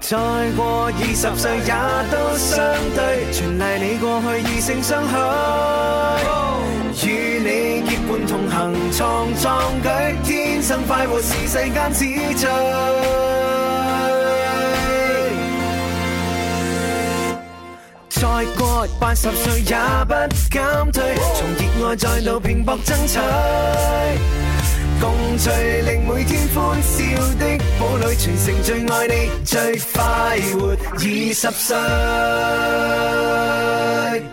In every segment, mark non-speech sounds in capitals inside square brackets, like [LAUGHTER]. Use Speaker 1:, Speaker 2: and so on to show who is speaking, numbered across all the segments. Speaker 1: 再過二十歲也都相對，全賴你過去異性相許，與你結伴同行創壯舉，天生快活是世間之最。再過八十歲也不減退，從熱愛再度拼搏爭取。共聚令每天歡笑的堡壘，全城最愛你，最快活二十歲。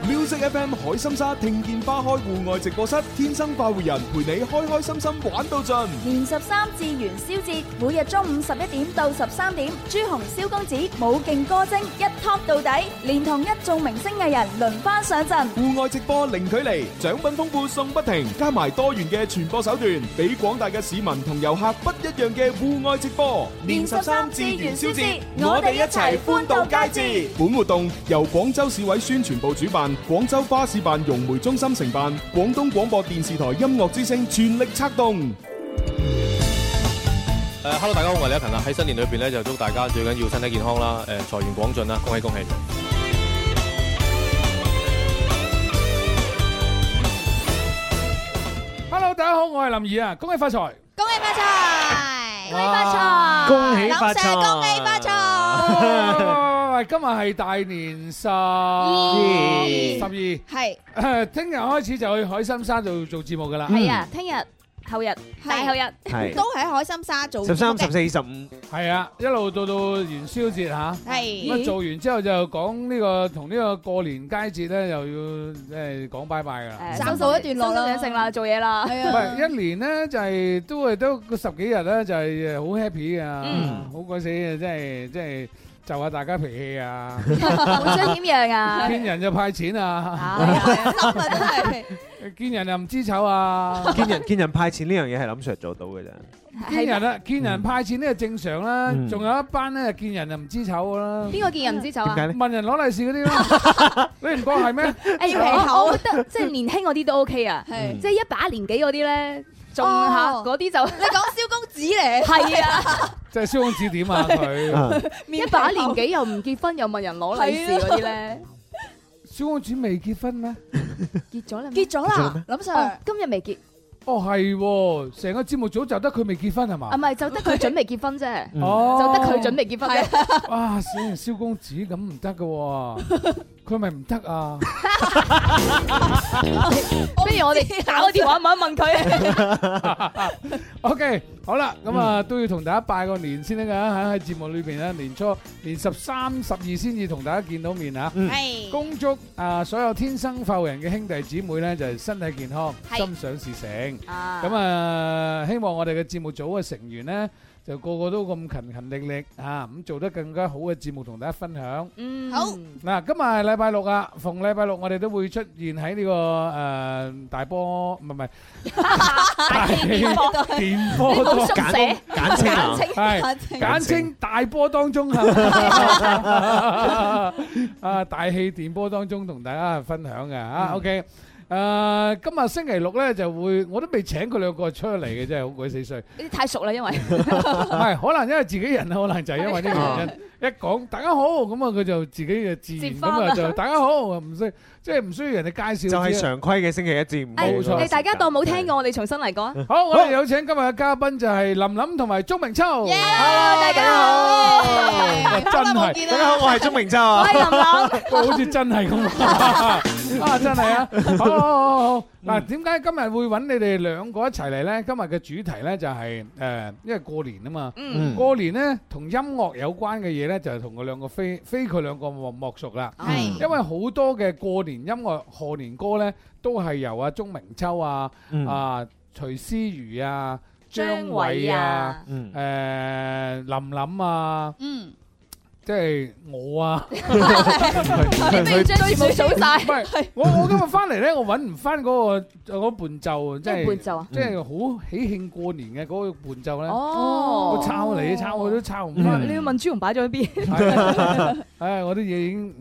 Speaker 2: Music FM 海心沙聽見花開戶外直播室，天生快活人陪你開開心心玩到盡。
Speaker 3: 年十三至元宵節，每日中午十一點到十三點，朱紅蕭公子武勁歌聲一 top 到底，連同一眾明星藝人輪番上陣。
Speaker 2: 戶外直播零距離，獎品豐富送不停，加埋多元嘅傳播手段，俾廣大嘅市民同遊客不一樣嘅戶外直播。
Speaker 3: 年十三至元宵節我哋一齊歡度佳節。
Speaker 2: 本活動由廣州市委宣傳部主辦，廣州花市辦融媒中心承辦，廣東廣播電視台音樂之聲全力策動。
Speaker 4: 誒，hello，大家好，我係李克勤啊啦。喺新年裏邊咧，就祝大家最緊要身體健康啦，誒，財源廣進啦，恭喜恭喜！
Speaker 5: Hello，大家好，我係林怡啊，恭喜發財！
Speaker 6: 恭喜發財，
Speaker 5: 恭喜
Speaker 7: 恭喜發
Speaker 6: 財
Speaker 5: 發
Speaker 6: 林 Sir，
Speaker 7: 財！
Speaker 6: 恭喜發 Ờ. 財！
Speaker 5: 喂，今日係大年十
Speaker 6: 二
Speaker 5: 十
Speaker 6: 係
Speaker 5: 二，聽日開始就去海心沙度做節目噶啦。
Speaker 7: 嗯
Speaker 3: 係啊，聽日、後日、大後日，
Speaker 7: 係
Speaker 6: 都喺海心沙做
Speaker 7: 十三、
Speaker 6: 節
Speaker 7: 十
Speaker 6: 目
Speaker 7: 四、十五，
Speaker 5: 係啊，一路到到元宵節嚇。
Speaker 6: 嘅係
Speaker 5: 咁啊做完之後就講呢個同呢個過年佳節咧，又要即係講拜拜噶啦。
Speaker 3: 誒
Speaker 6: 暫
Speaker 3: 收
Speaker 6: 告
Speaker 3: 數
Speaker 6: 一段落啦
Speaker 3: 收數養成啦，做嘢啦。
Speaker 6: 係
Speaker 5: 唔
Speaker 6: 啊，
Speaker 5: 係一年咧，就係都係都個十幾日咧，就係誒好 happy 噶，
Speaker 7: 嗯
Speaker 5: 好鬼死啊！真係真係就下大家脾氣啊，
Speaker 3: 互相點樣啊？
Speaker 5: 見人就派錢啊，
Speaker 6: 心啊真係
Speaker 5: 見人又唔知醜
Speaker 3: [LAUGHS]
Speaker 5: 啊。
Speaker 7: 見人見人派錢呢樣嘢係林 Sir 做到嘅咋。
Speaker 5: 見人啊，見人
Speaker 7: 嗯
Speaker 5: 派錢呢係正常啦，
Speaker 7: 嗯
Speaker 5: 仲有一班咧見人就唔知醜噶啦，
Speaker 3: 邊個見人唔知醜
Speaker 7: 點
Speaker 3: 啊？
Speaker 7: 解咧？
Speaker 5: 問人攞利是嗰啲啦，
Speaker 7: [LAUGHS]
Speaker 5: 你唔覺係咩？
Speaker 3: 誒，
Speaker 6: 好
Speaker 3: 我我覺得即係年輕嗰啲都 OK 啊，
Speaker 6: 係
Speaker 3: 即係一把年紀嗰啲咧，仲下
Speaker 6: 哦
Speaker 3: 嗰啲就
Speaker 6: 你講蕭公子嚟，
Speaker 3: 係啊。
Speaker 5: 即係蕭公子點啊佢？
Speaker 7: 啊
Speaker 3: 一把年紀又唔結婚又問人攞利是嗰啲咧，
Speaker 5: 蕭公子未結婚咩？
Speaker 3: 結咗啦咩，
Speaker 6: 結咗
Speaker 7: 結咗
Speaker 6: 啦
Speaker 7: 咩，
Speaker 6: 林 Sir
Speaker 3: 哦今日未結，
Speaker 5: 哦係喎，成個節目組就得佢未結婚係
Speaker 3: 啊
Speaker 5: 嘛
Speaker 3: 唔？係就得佢準備結婚啫，
Speaker 7: 嗯
Speaker 5: 哦，
Speaker 3: 就得佢準備結婚啫，
Speaker 5: 哇！死人蕭公子咁唔得㗎喎，佢咪唔得啊？
Speaker 3: 不如我哋打個電話問一問佢，
Speaker 5: OK，好啦，咁啊
Speaker 7: 嗯
Speaker 5: 都要同大家拜個年先得㗎，喺喺節目裏邊咧，年初年十三、十二先至同大家見到面啊！
Speaker 7: 嗯
Speaker 6: 係
Speaker 5: 恭祝啊所有天生快活人嘅兄弟姊妹咧，就係身體健康，
Speaker 6: 係
Speaker 5: 心想事成。咁
Speaker 3: 咁
Speaker 5: 啊，希望我哋嘅節目組嘅成員咧，就個個都咁勤勤力力啊，咁做得更加好嘅節目同大家分享。
Speaker 3: 嗯
Speaker 6: 好
Speaker 5: 嗱，今日係禮拜六啊，逢禮拜六我哋都會出現喺呢個誒大波，唔係唔係大電波
Speaker 3: 好
Speaker 5: 當
Speaker 3: 縮
Speaker 7: 簡
Speaker 3: 寫，
Speaker 7: 簡稱啊
Speaker 6: 簡！稱
Speaker 5: 係
Speaker 6: 簡
Speaker 3: [LAUGHS]
Speaker 6: 稱
Speaker 5: 簡稱大波當中係咪 [LAUGHS] 啊大氣電波當中同大家分享嘅嚇，OK。誒，今日星期六咧就會，我都未請佢兩個出嚟嘅，真係好鬼死衰。
Speaker 3: 呢啲太熟啦，因為
Speaker 5: 係可能因為自己人啊，可能就係因為呢個原因。一講大家好，咁啊佢就自己就自然
Speaker 3: 接
Speaker 5: 咁
Speaker 3: 返啦
Speaker 5: 啊就大家好，唔需即係唔需要人哋介紹。
Speaker 7: 就係常規嘅星期一至五。
Speaker 5: 冇錯
Speaker 3: 誒你大家當冇聽過，我哋重新嚟過啊，
Speaker 5: 好，我哋有請今日嘅嘉賓就係林林同埋鍾明秋。
Speaker 6: Hello，
Speaker 3: Ờ,
Speaker 6: 大家好
Speaker 5: 哇真
Speaker 6: 好耐冇
Speaker 5: 係
Speaker 6: 見
Speaker 7: 大家
Speaker 6: 啦，
Speaker 7: 好，我係鍾明洲
Speaker 3: 我
Speaker 7: 啊。
Speaker 3: 係林林，
Speaker 5: 哇好似真係 [LAUGHS] 咁啊！真係啊！好好好好嗱，點解今日會揾你哋兩個一齊嚟呢？今日嘅主題呢就係誒，因為過年啊嘛，
Speaker 7: 嗯
Speaker 5: 過年呢同音樂有關嘅嘢呢，就係同佢兩個非非佢兩個莫莫屬啦。
Speaker 6: 係
Speaker 5: 因為好多嘅過年音樂賀年歌呢，都係由阿鐘明秋啊、
Speaker 7: 嗯
Speaker 5: 啊徐思如啊、張偉啊、
Speaker 7: 嗯
Speaker 5: 誒、林琳啊，
Speaker 6: 嗯，
Speaker 5: 即係我啊。
Speaker 3: 你不如將全部數晒，
Speaker 5: 唔係，我我今日翻嚟咧，我揾唔翻嗰個嗰伴奏啊，即
Speaker 3: 即係伴
Speaker 5: 係
Speaker 3: 奏啊，
Speaker 5: 即係好喜慶過年嘅嗰個伴奏咧，我
Speaker 3: 哦，
Speaker 5: 抄嚟抄去都抄唔
Speaker 7: 嗯
Speaker 5: 翻。
Speaker 3: 你要問朱紅擺咗喺邊？
Speaker 5: 係唉，我啲嘢已經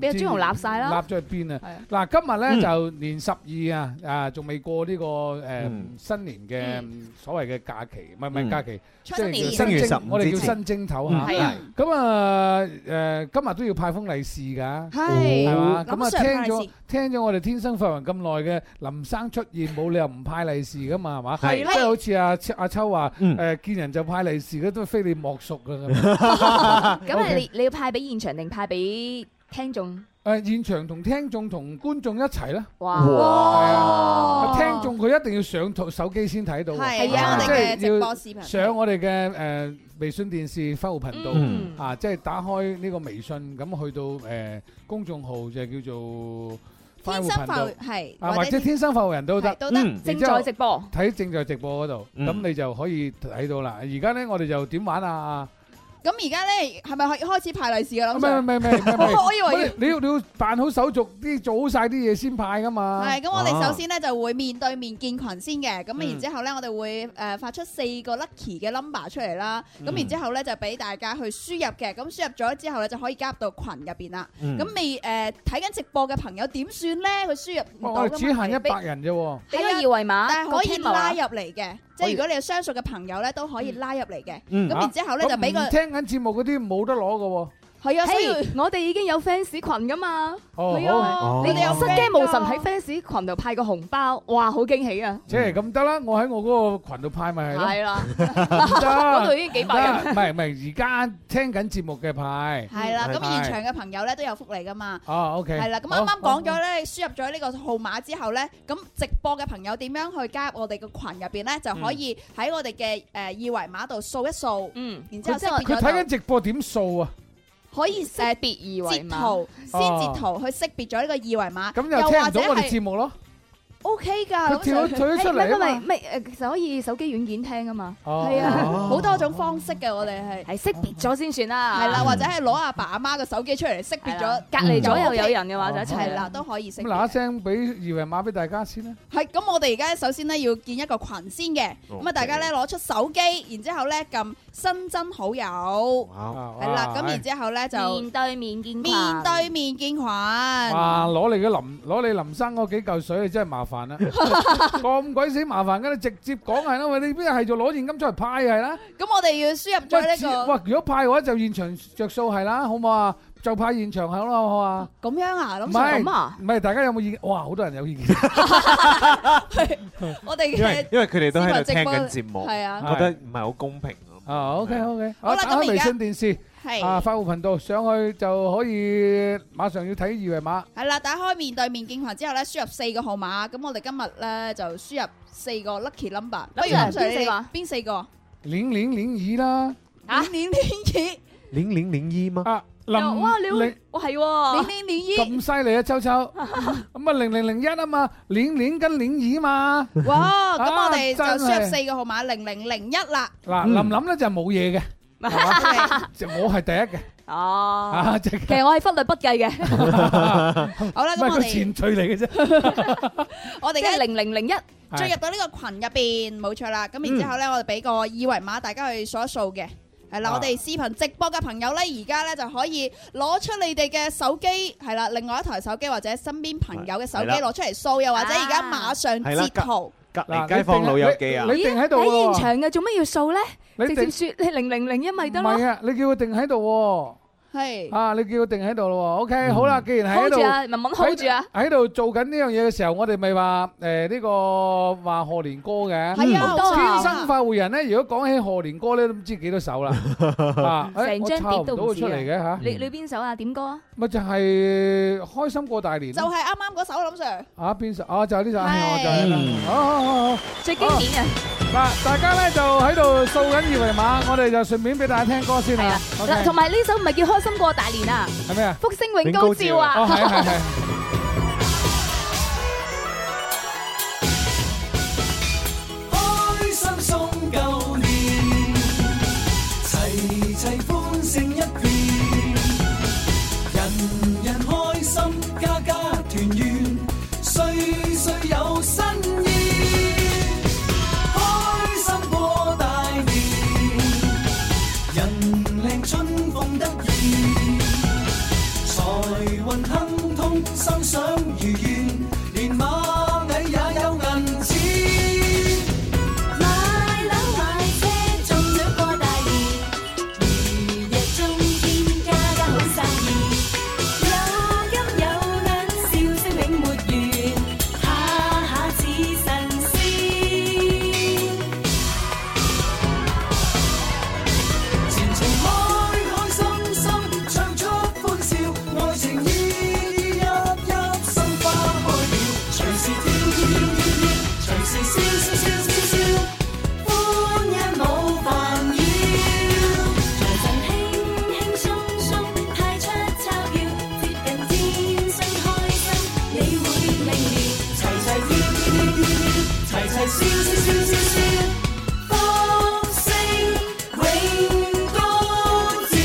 Speaker 3: 俾阿
Speaker 5: 知
Speaker 3: 朱紅立晒啦。
Speaker 5: 立咗去邊啊？
Speaker 3: 係啊，
Speaker 5: 嗱，今日咧
Speaker 4: 嗯
Speaker 5: 就年十二啊，啊仲未過呢個誒
Speaker 4: 嗯
Speaker 5: 新年嘅所謂嘅假期，唔係唔係
Speaker 4: 嗯
Speaker 5: 假期，即
Speaker 8: 春
Speaker 5: 係
Speaker 8: 年
Speaker 5: 叫
Speaker 7: 正月
Speaker 5: 蒸
Speaker 7: 十五
Speaker 5: 我哋叫
Speaker 7: 之前
Speaker 5: 新蒸頭
Speaker 4: 嗯
Speaker 5: 嚇。
Speaker 3: 係啊，
Speaker 5: 咁啊誒，今日都要派封利是
Speaker 3: [LAUGHS]
Speaker 5: 㗎。
Speaker 8: 係
Speaker 5: 係嘛？咁
Speaker 8: 諗
Speaker 5: 啊，
Speaker 8: 上
Speaker 5: 聽
Speaker 8: 派利
Speaker 5: 咗
Speaker 8: 是，
Speaker 5: 聽咗我哋天生發人咁耐嘅林生出現，冇理由唔派利是噶嘛，係嘛？
Speaker 7: 係
Speaker 5: 即係好似阿秋阿秋話，
Speaker 7: 嗯
Speaker 5: 誒見人就派利是，嗰都非你莫屬噶咁。
Speaker 3: 咁啊，你你要派俾現場定派俾聽眾？
Speaker 5: 誒現場同聽眾同觀眾一齊啦，
Speaker 3: 哇！Ờ.
Speaker 5: 哇聽眾佢一定要上台手機先睇到喎，
Speaker 8: 係
Speaker 3: 啊
Speaker 8: 啊，我
Speaker 5: 即
Speaker 8: 哋嘅直播
Speaker 5: 係
Speaker 8: 視
Speaker 5: 要
Speaker 8: 頻
Speaker 5: 上我哋嘅誒微信電視分號頻道。
Speaker 4: 嗯
Speaker 5: 啊，即係打開呢個微信，咁去到誒公眾號就叫做快活
Speaker 8: 天生
Speaker 5: 頻
Speaker 8: 發
Speaker 5: 道，
Speaker 8: 係
Speaker 5: 啊或者嗯天生發人都得
Speaker 8: 係。都得，
Speaker 3: 正在直播，
Speaker 5: 睇正在直播嗰度，
Speaker 4: 嗯
Speaker 5: 咁你就可以睇到啦。而家咧，我哋就點玩啊？
Speaker 8: 咁而家咧係咪可以開始派利是㗎啦？
Speaker 5: 唔係
Speaker 8: 諗上
Speaker 5: 唔係唔係唔係唔係，
Speaker 8: 我以為要
Speaker 5: 你要你要辦好手續，啲做好晒啲嘢先派噶嘛。
Speaker 8: 係，咁我哋
Speaker 7: 啊
Speaker 8: 首先咧就會面對面見群先嘅，咁
Speaker 5: 嗯
Speaker 8: 然之後咧我哋會誒發出四個 lucky 嘅 number 出嚟啦，
Speaker 5: 嗯
Speaker 8: 咁然之後咧就俾大家去輸入嘅，咁輸入咗之後咧就可以加入到群入邊啦。
Speaker 7: 嗯
Speaker 8: 咁未誒睇緊直播嘅朋友點算咧？佢輸入
Speaker 5: 哇
Speaker 8: 唔
Speaker 5: 我
Speaker 8: 到
Speaker 5: 哋
Speaker 8: 㗎
Speaker 5: 只限一
Speaker 8: 嘛
Speaker 5: 百人啫喎，
Speaker 3: 俾個二維碼，
Speaker 8: 但係
Speaker 3: 個啊
Speaker 8: 可以
Speaker 5: 啊
Speaker 3: camera
Speaker 8: 拉入嚟嘅，即係如果你有相熟嘅朋友咧都可以拉入嚟嘅。
Speaker 7: 嗯
Speaker 8: 咁然之後咧就
Speaker 5: 啊咁
Speaker 8: 俾個
Speaker 5: 唔聽緊節目嗰啲冇得攞噶喎。
Speaker 8: 係啊，所以
Speaker 3: 嘿，我哋已經有 fans 群噶嘛，
Speaker 5: 哦，
Speaker 3: 係
Speaker 5: 好，
Speaker 3: 啊，
Speaker 7: 哦
Speaker 3: 你
Speaker 8: 我哋有
Speaker 3: 失驚無神
Speaker 8: friend 㗎
Speaker 3: 喺 fans 群度派個紅包，哇，好驚喜啊！
Speaker 5: 即係咁得啦。我喺我嗰個群度派咪係咯，啊
Speaker 3: 係啦，
Speaker 5: 唔得
Speaker 8: [LAUGHS]
Speaker 3: 嗰度已經幾
Speaker 5: 唔
Speaker 3: 百人，
Speaker 5: 得，唔係唔係，而家聽緊節目嘅派。
Speaker 8: 係啦，咁
Speaker 5: 嗯係
Speaker 8: 現場嘅朋友咧都有福利㗎嘛。
Speaker 5: 哦，OK。
Speaker 8: 係啦，咁啱啱講咗咧，輸入咗呢個號碼之後咧，咁直播嘅朋友點樣去加入我哋個群入邊咧，就可以
Speaker 5: 嗯
Speaker 8: 喺我哋嘅誒二維碼度掃一掃，
Speaker 3: 嗯，
Speaker 8: 然之
Speaker 5: 佢
Speaker 8: 後識別
Speaker 5: 佢睇緊
Speaker 8: 咗
Speaker 5: 直播點數啊？
Speaker 8: 就可以
Speaker 3: 識
Speaker 8: 誒
Speaker 3: 別二
Speaker 8: 截
Speaker 3: 維碼，
Speaker 8: 圖先截圖去識別咗呢個二維碼，
Speaker 5: 哦咁又聽唔
Speaker 8: 或者
Speaker 5: 到我哋
Speaker 8: 係
Speaker 5: 節目咯。
Speaker 8: OK
Speaker 5: 佢
Speaker 8: 㗎，咁
Speaker 5: 跳咗
Speaker 8: 就
Speaker 5: 跳咗出
Speaker 3: 係
Speaker 5: 嚟
Speaker 3: 因
Speaker 5: 啊
Speaker 3: 為
Speaker 5: 嘛。
Speaker 3: 咩誒，其實可以手機軟件聽啊嘛，
Speaker 5: 哦
Speaker 8: 係啊，
Speaker 5: 哦
Speaker 8: 好多種方式嘅我哋係
Speaker 3: 係識別咗先算啦，
Speaker 8: 係啦，
Speaker 5: 嗯
Speaker 8: 或者係攞阿爸阿媽嘅手機出嚟識別
Speaker 3: 係
Speaker 8: 咗
Speaker 3: 啦，。隔離左右有人嘅
Speaker 5: 哦
Speaker 3: 話就一齊
Speaker 8: 係啦，
Speaker 3: 啦，
Speaker 8: 都可以識
Speaker 5: 咁
Speaker 8: 別
Speaker 5: 嗱一
Speaker 8: 嘅。
Speaker 5: 聲俾二維碼俾大家先啦。
Speaker 8: 係咁，我哋而家首先咧要建一個群先嘅，咁啊
Speaker 7: OK
Speaker 8: 大家咧攞出手機，然之後咧撳新增好友，
Speaker 7: 哇
Speaker 5: À,
Speaker 8: 係啦，咁然之後咧就
Speaker 3: 面對面見群
Speaker 8: 面對面建群，
Speaker 5: 哇！攞你嘅林攞你林生嗰幾嚿水真係麻煩啦，咁鬼死麻煩嘅，你直接講係啦，喂，你邊係就攞現金出嚟派係啦，
Speaker 8: 咁我哋要輸入
Speaker 5: 喂，只
Speaker 8: 咗呢
Speaker 5: 哇！如果派嘅話就現場着數係啦，好唔好啊？就派現場係啦，好啊？
Speaker 8: 個咁樣啊，
Speaker 5: 唔
Speaker 8: 諗
Speaker 3: 係
Speaker 5: 係
Speaker 3: 咁啊
Speaker 5: 唔係，大家有冇意見？哇！好多人有意見，
Speaker 8: 我哋
Speaker 7: 因為
Speaker 8: 嘅
Speaker 7: 因為佢哋都喺度聽緊
Speaker 8: 視
Speaker 7: 節目，
Speaker 8: 係啊，
Speaker 7: 我覺得唔係好公平咯。
Speaker 5: 啊，OK Ờ, OK，
Speaker 8: 好啦
Speaker 5: 打
Speaker 8: 咁
Speaker 5: 開
Speaker 8: 而
Speaker 5: 微
Speaker 8: 家
Speaker 5: 信電視啊，
Speaker 8: 係
Speaker 5: 快活頻道上去就可以馬上要睇二維碼，
Speaker 8: 係啦，打開面對面建群之後咧，輸入四個號碼，咁我哋今日咧就輸入四個 lucky number，不如
Speaker 3: 諗
Speaker 8: 諗
Speaker 3: 住係邊四個
Speaker 8: 上
Speaker 3: 啊
Speaker 8: 邊四個？
Speaker 5: 零零零二啦，
Speaker 3: 啊
Speaker 8: 年年年
Speaker 7: 零零零一嗎？
Speaker 5: 啊林
Speaker 3: 又哇你好
Speaker 5: 零
Speaker 3: 哇係
Speaker 8: 二，
Speaker 3: 喎，
Speaker 8: 年年年二，
Speaker 5: 咁犀利啊，
Speaker 3: [LAUGHS]
Speaker 5: 秋秋，咁啊零零零一啊嘛，零零跟零二嘛。
Speaker 8: 哇！咁
Speaker 5: 啊
Speaker 8: 我哋就
Speaker 5: 真
Speaker 8: 輸
Speaker 5: 係
Speaker 8: 入四個號碼零零零一啦。
Speaker 5: 嗱，
Speaker 7: 嗯
Speaker 5: 林林咧就冇
Speaker 3: [LAUGHS]
Speaker 5: 嘢嘅，
Speaker 8: 係
Speaker 5: 就我係第一嘅，
Speaker 3: 哦，
Speaker 5: 啊，即係
Speaker 3: 其實我係忽略不計嘅，
Speaker 5: 唔
Speaker 8: 好啦，咁
Speaker 5: 係
Speaker 8: 我
Speaker 5: 佢
Speaker 8: 哋
Speaker 5: 前缀嚟嘅啫。
Speaker 8: 我哋
Speaker 3: [LAUGHS] 即
Speaker 8: 而家
Speaker 3: 係零零零一，
Speaker 8: 進入到呢個群入邊，冇錯啦。咁然之後咧，我哋俾個二維碼大家去掃一掃嘅。係啦，
Speaker 5: 啊
Speaker 8: 我哋視頻直播嘅朋友咧，而家咧就可以攞出你哋嘅手機，係啦，另外一台手機或者身邊朋友嘅手機
Speaker 7: 係啦
Speaker 8: 攞出嚟掃，又或者而家馬上
Speaker 7: 係啦
Speaker 8: 截圖，
Speaker 7: 隔離
Speaker 5: 嗱
Speaker 7: 街坊老友記啊
Speaker 5: 你，定喺度
Speaker 3: 咦喺
Speaker 5: 喎
Speaker 3: 現場嘅做乜要掃咧？
Speaker 5: 你
Speaker 3: 直
Speaker 5: 定
Speaker 3: 接説零零零一咪得
Speaker 5: 唔
Speaker 3: 咯
Speaker 5: 係。啊？你叫佢定喺度
Speaker 8: 係
Speaker 5: 喎，啊，你叫佢定喺度咯喎。OK，好啦，既然喺
Speaker 3: hold
Speaker 5: 度
Speaker 3: 住。啊，文文 hold 住啊，
Speaker 5: 喺度做緊呢樣嘢嘅時候，我哋咪話誒呢個話賀年歌嘅。
Speaker 8: 係
Speaker 3: 嗯
Speaker 8: 啊，
Speaker 3: 好多啊
Speaker 5: 天生快活人咧，如果講起賀年歌咧，都唔知幾多
Speaker 3: [LAUGHS]
Speaker 5: 首啦。啊，誒
Speaker 3: 成張
Speaker 5: 我抄唔
Speaker 3: 碟
Speaker 5: 到
Speaker 3: 都唔
Speaker 5: 佢
Speaker 3: 知
Speaker 5: 出嚟嘅嚇，
Speaker 3: 你你邊首啊？點歌啊？
Speaker 5: 咪就係開心過大年
Speaker 8: 就
Speaker 5: 咯。
Speaker 8: 係啱啱嗰首林 Sir，
Speaker 5: 啊，邊首？啊，就係呢首，係
Speaker 8: 係
Speaker 5: 我就係啦。好好好好。
Speaker 3: 最經典嘅
Speaker 5: 嗱，大家咧就喺度掃緊二維碼，我哋就順便俾大家聽歌先
Speaker 3: 係
Speaker 5: 啦
Speaker 3: 啊。，嗱，同埋呢首唔係叫開心過大年啊，
Speaker 5: 係咩啊？
Speaker 3: 福星永高照
Speaker 5: 哦，
Speaker 3: 啊，
Speaker 5: 係係係。
Speaker 9: 开心送旧年，齐齐欢声一片，人人开心，家家团圆，岁岁有新意。开心过大年，人靓春风得意，财运亨
Speaker 1: 真心想如願，連螞蟻也有銀錢。買樓買車中獎過大年，如日中天家家好生意。有金有銀，笑聲永沒完，下下似神仙。前程開開心心，唱出歡笑，愛情意一一心花開了，隨時跳跳跳跳跳，隨時笑笑笑笑笑，歡欣無煩擾。財神輕輕鬆鬆，派出鈔票，接近天生開心，你會明瞭。齊齊跳跳跳跳跳，齊齊笑笑笑笑笑。福星永高照。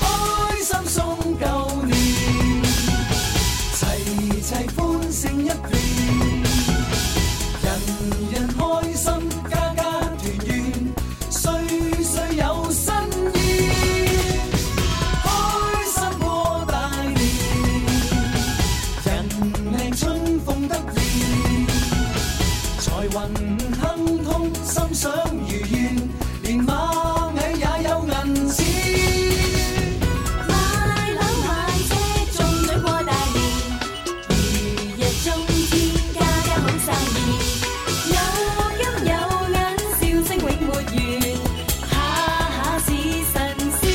Speaker 1: 開心送舊年，齊齊歡聲一片，人人開心，家家團圓，歲歲有新意，開心過大年，人靚春風得意，財運亨通，心想如願，連螞蟻也有銀錢。買樓買車中獎過大年，如日中天家家好生意。有金有銀，笑聲永沒完，下下似神仙。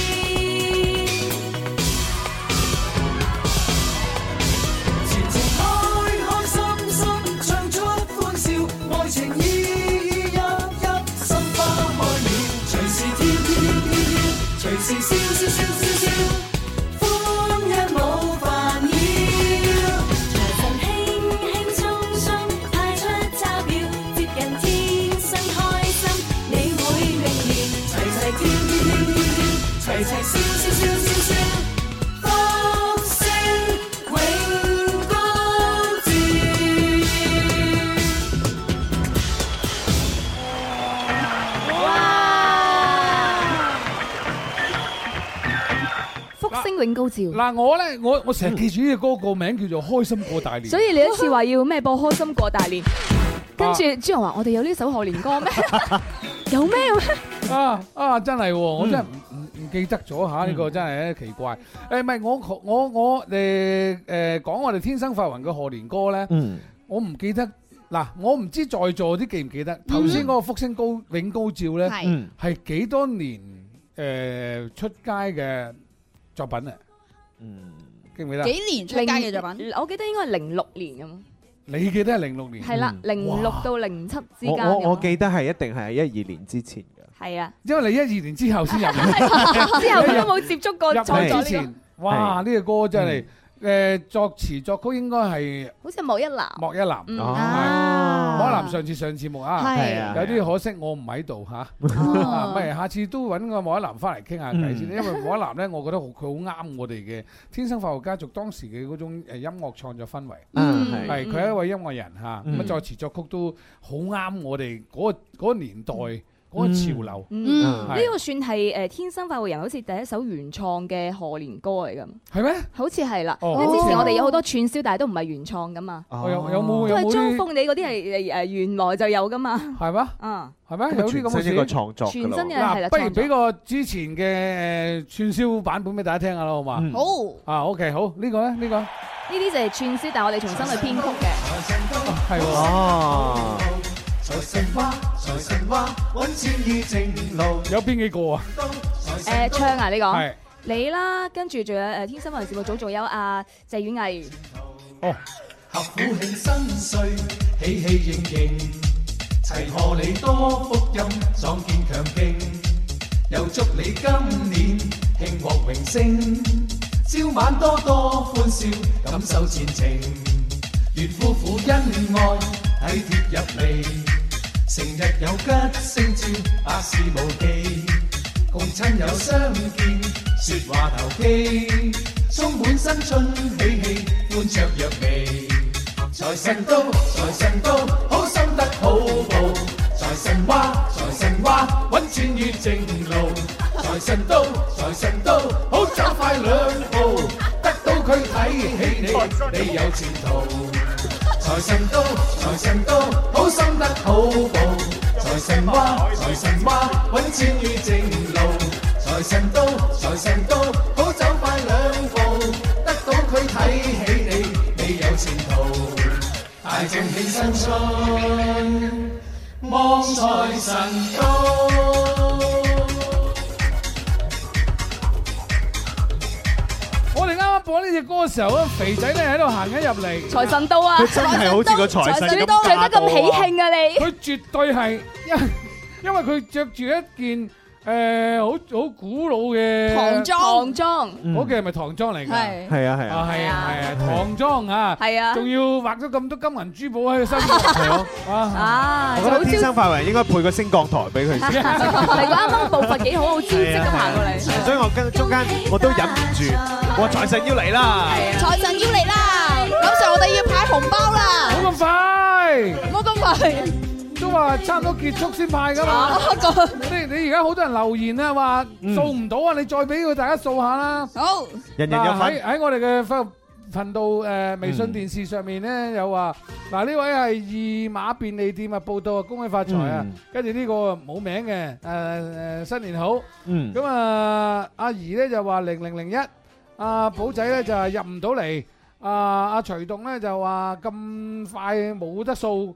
Speaker 1: 前程開開心心，唱出歡笑，愛情意意一一心花開了，隨時跳跳跳跳跳，隨時笑笑笑笑笑，歡欣無煩擾。財神輕輕鬆鬆派出鈔票，接近天生開心，你會明瞭。齊齊跳跳跳跳跳，齊齊笑笑笑笑笑。福星永高照。
Speaker 3: 福星永高照。
Speaker 5: 嗱，我咧，我我成日記住呢只歌個名叫做《開心過大年》。
Speaker 3: 所以你一次話要咩播開心過大年，跟住朱紅話我哋有呢首賀年歌
Speaker 5: [LAUGHS]
Speaker 3: 咩？有咩？
Speaker 5: 啊啊，真係喎，我真係唔唔唔記得咗嚇，呢個真係奇怪。誒，唔係我我我誒誒講我哋天生發雲嘅賀年歌咧，
Speaker 7: 嗯，
Speaker 5: 我唔記得。嗱，我唔知在座啲記唔記得頭先嗰個福星高永高照咧，
Speaker 8: 係
Speaker 7: 嗯，
Speaker 5: 係幾多年誒出街嘅作品啊？
Speaker 7: 嗯，
Speaker 5: 記唔記得？
Speaker 8: 幾年出街嘅作品，，
Speaker 3: 我記得應該係零六年咁，
Speaker 5: 你記得係零六年，
Speaker 3: 係啦，零六到零七之間
Speaker 7: 我
Speaker 3: 咁咯。
Speaker 7: 我我記得係一定係一二年之前嘅。
Speaker 3: 係啊，
Speaker 5: 因為你一二
Speaker 3: [LAUGHS]
Speaker 5: 年之後先入嚟。
Speaker 3: 之後佢都冇接觸過
Speaker 5: 入
Speaker 3: 創作
Speaker 5: 嚟之
Speaker 3: 呢
Speaker 5: 前，哇！呢個歌真係誒作詞作曲應該係
Speaker 3: 個，好似冇一男。
Speaker 5: [LAUGHS] 莫一男，
Speaker 3: 嗯
Speaker 7: 哦
Speaker 5: 莫
Speaker 8: 啊
Speaker 5: 一男上次上節目啊，
Speaker 7: 係
Speaker 8: 係
Speaker 7: 啊
Speaker 5: 有啲可惜我唔喺度嚇，唔
Speaker 8: 哦
Speaker 5: 係下次都揾個莫一男翻嚟傾下偈先，因
Speaker 7: 嗯
Speaker 5: 為莫一男咧，我覺得好佢好啱我哋嘅天生發育家族當時嘅嗰種誒音樂創作氛圍，
Speaker 7: 嗯，係，
Speaker 3: 嗯
Speaker 5: 係佢係一位音樂人嚇，咁啊
Speaker 7: 嗯
Speaker 5: 作詞作曲都好啱我哋嗰個嗰個年代嗰個潮流，
Speaker 3: 嗯，
Speaker 8: 嗯
Speaker 3: 呢個算係誒天生快活人，好似第一首原創嘅賀年歌嚟咁，
Speaker 5: 係咩？
Speaker 3: 好似係啦。
Speaker 5: 哦
Speaker 3: 因為之前
Speaker 5: 好
Speaker 3: 我
Speaker 5: 似係
Speaker 3: 哋有好多串燒，但係都唔係原創噶嘛，
Speaker 5: 有有
Speaker 7: 哦
Speaker 5: 冇
Speaker 3: 都
Speaker 5: 有
Speaker 3: 係
Speaker 5: 冇
Speaker 3: 張
Speaker 5: 啲
Speaker 3: 鳳你嗰啲係誒誒原來就有噶嘛，
Speaker 5: 係嘛？
Speaker 3: 啊，
Speaker 5: 係咩？有啲咁
Speaker 7: 全
Speaker 5: 嘅
Speaker 7: 新一
Speaker 5: 事
Speaker 7: 個。創作㗎
Speaker 3: 全
Speaker 7: 喇
Speaker 3: 新
Speaker 7: 喎
Speaker 3: 嘅係
Speaker 5: 嗱，
Speaker 3: 啦，
Speaker 5: 不如
Speaker 3: 創作
Speaker 5: 俾個之前嘅誒串燒版本俾大家聽下啦，好嘛？
Speaker 7: 嗯
Speaker 8: 好。
Speaker 5: 啊，OK，好，呢個咧，呢個
Speaker 3: 呢啲就係串燒，但係我哋重新去編曲嘅。
Speaker 5: 係喎，
Speaker 7: 哦，
Speaker 1: 財神話，財神話，揾錢依正路。
Speaker 5: 有邊幾個啊？
Speaker 3: 誒唱啊，你講
Speaker 5: 係，
Speaker 3: 你啦，跟住仲有誒天生快活人節目組仲有阿謝婉藝，
Speaker 5: 哦，
Speaker 1: 合府慶新歲，喜氣盈盈，齊賀你多福蔭，壯健強勁。又祝你今年慶獲榮升，朝晚多多歡笑，感受前程。願夫婦恩愛，體貼入微，成日有吉星照，百事無忌。 cùng thân hữu 相見，说話投機，充滿新春喜氣，歡雀躍眉。財神到，財神到，好心得好報。財神話，財神話，揾錢於正路。財神到，財神到，好走快兩步，得到佢睇起你，你有前途。財神到，財神到，好心得好報。財神話，財神話，揾錢於正路。財神到，財神到，好走快兩步，得到佢睇起你，你有前途。大眾起身信，望財神到。
Speaker 5: 我哋啱啱播呢只歌嘅時候，嗰個肥仔咧喺度行緊入嚟，
Speaker 3: 財神到啊！
Speaker 6: 佢真係好似個財神
Speaker 3: 最
Speaker 6: 咁
Speaker 3: 多
Speaker 6: 揸
Speaker 3: 着得咁喜慶啊你！
Speaker 5: 佢絕對係因因為 [LAUGHS] 佢着住一件誒好好古老嘅
Speaker 8: 唐裝
Speaker 3: 唐裝
Speaker 5: 嗰件係咪唐裝嚟㗎？
Speaker 8: 係
Speaker 7: 係啊係啊，
Speaker 5: 啊係啊係啊，
Speaker 7: 係
Speaker 5: 唐裝啊，
Speaker 3: 係啊
Speaker 5: 仲要畫咗咁多金銀珠寶喺個身上， [LAUGHS] 係咯，啊，
Speaker 3: 啊，
Speaker 7: 我
Speaker 3: 就
Speaker 7: 覺
Speaker 3: 好
Speaker 7: 得天
Speaker 3: 招。
Speaker 7: 生快活人應該配個升降台俾佢先。
Speaker 3: [LAUGHS] 嚟個啱啱步伐幾好，好招積咁行過嚟。
Speaker 7: 所以我跟中間我都忍唔住，我財神要嚟啦！
Speaker 8: 財神要嚟啦，咁就我哋要派紅包啦，
Speaker 5: 冇咁快。
Speaker 8: 唔好咁快。
Speaker 5: 都話差唔多結束先派噶嘛。你你而家好多人留言啊，話掃唔到啊，你再俾佢大家掃下啦。
Speaker 8: 好，
Speaker 7: 人人有
Speaker 5: 嗱
Speaker 7: 份，
Speaker 5: 喺喺我哋嘅頻道誒微信電視上面咧有話，嗱呢位係二馬便利店啊報道啊，恭喜發財啊
Speaker 7: 嗯！
Speaker 5: 跟住呢個冇名嘅誒誒新年好，
Speaker 7: 嗯，
Speaker 5: 咁啊阿怡咧就話零零零一，阿寶仔咧就係入唔到嚟，啊阿徐棟咧就話咁快冇得掃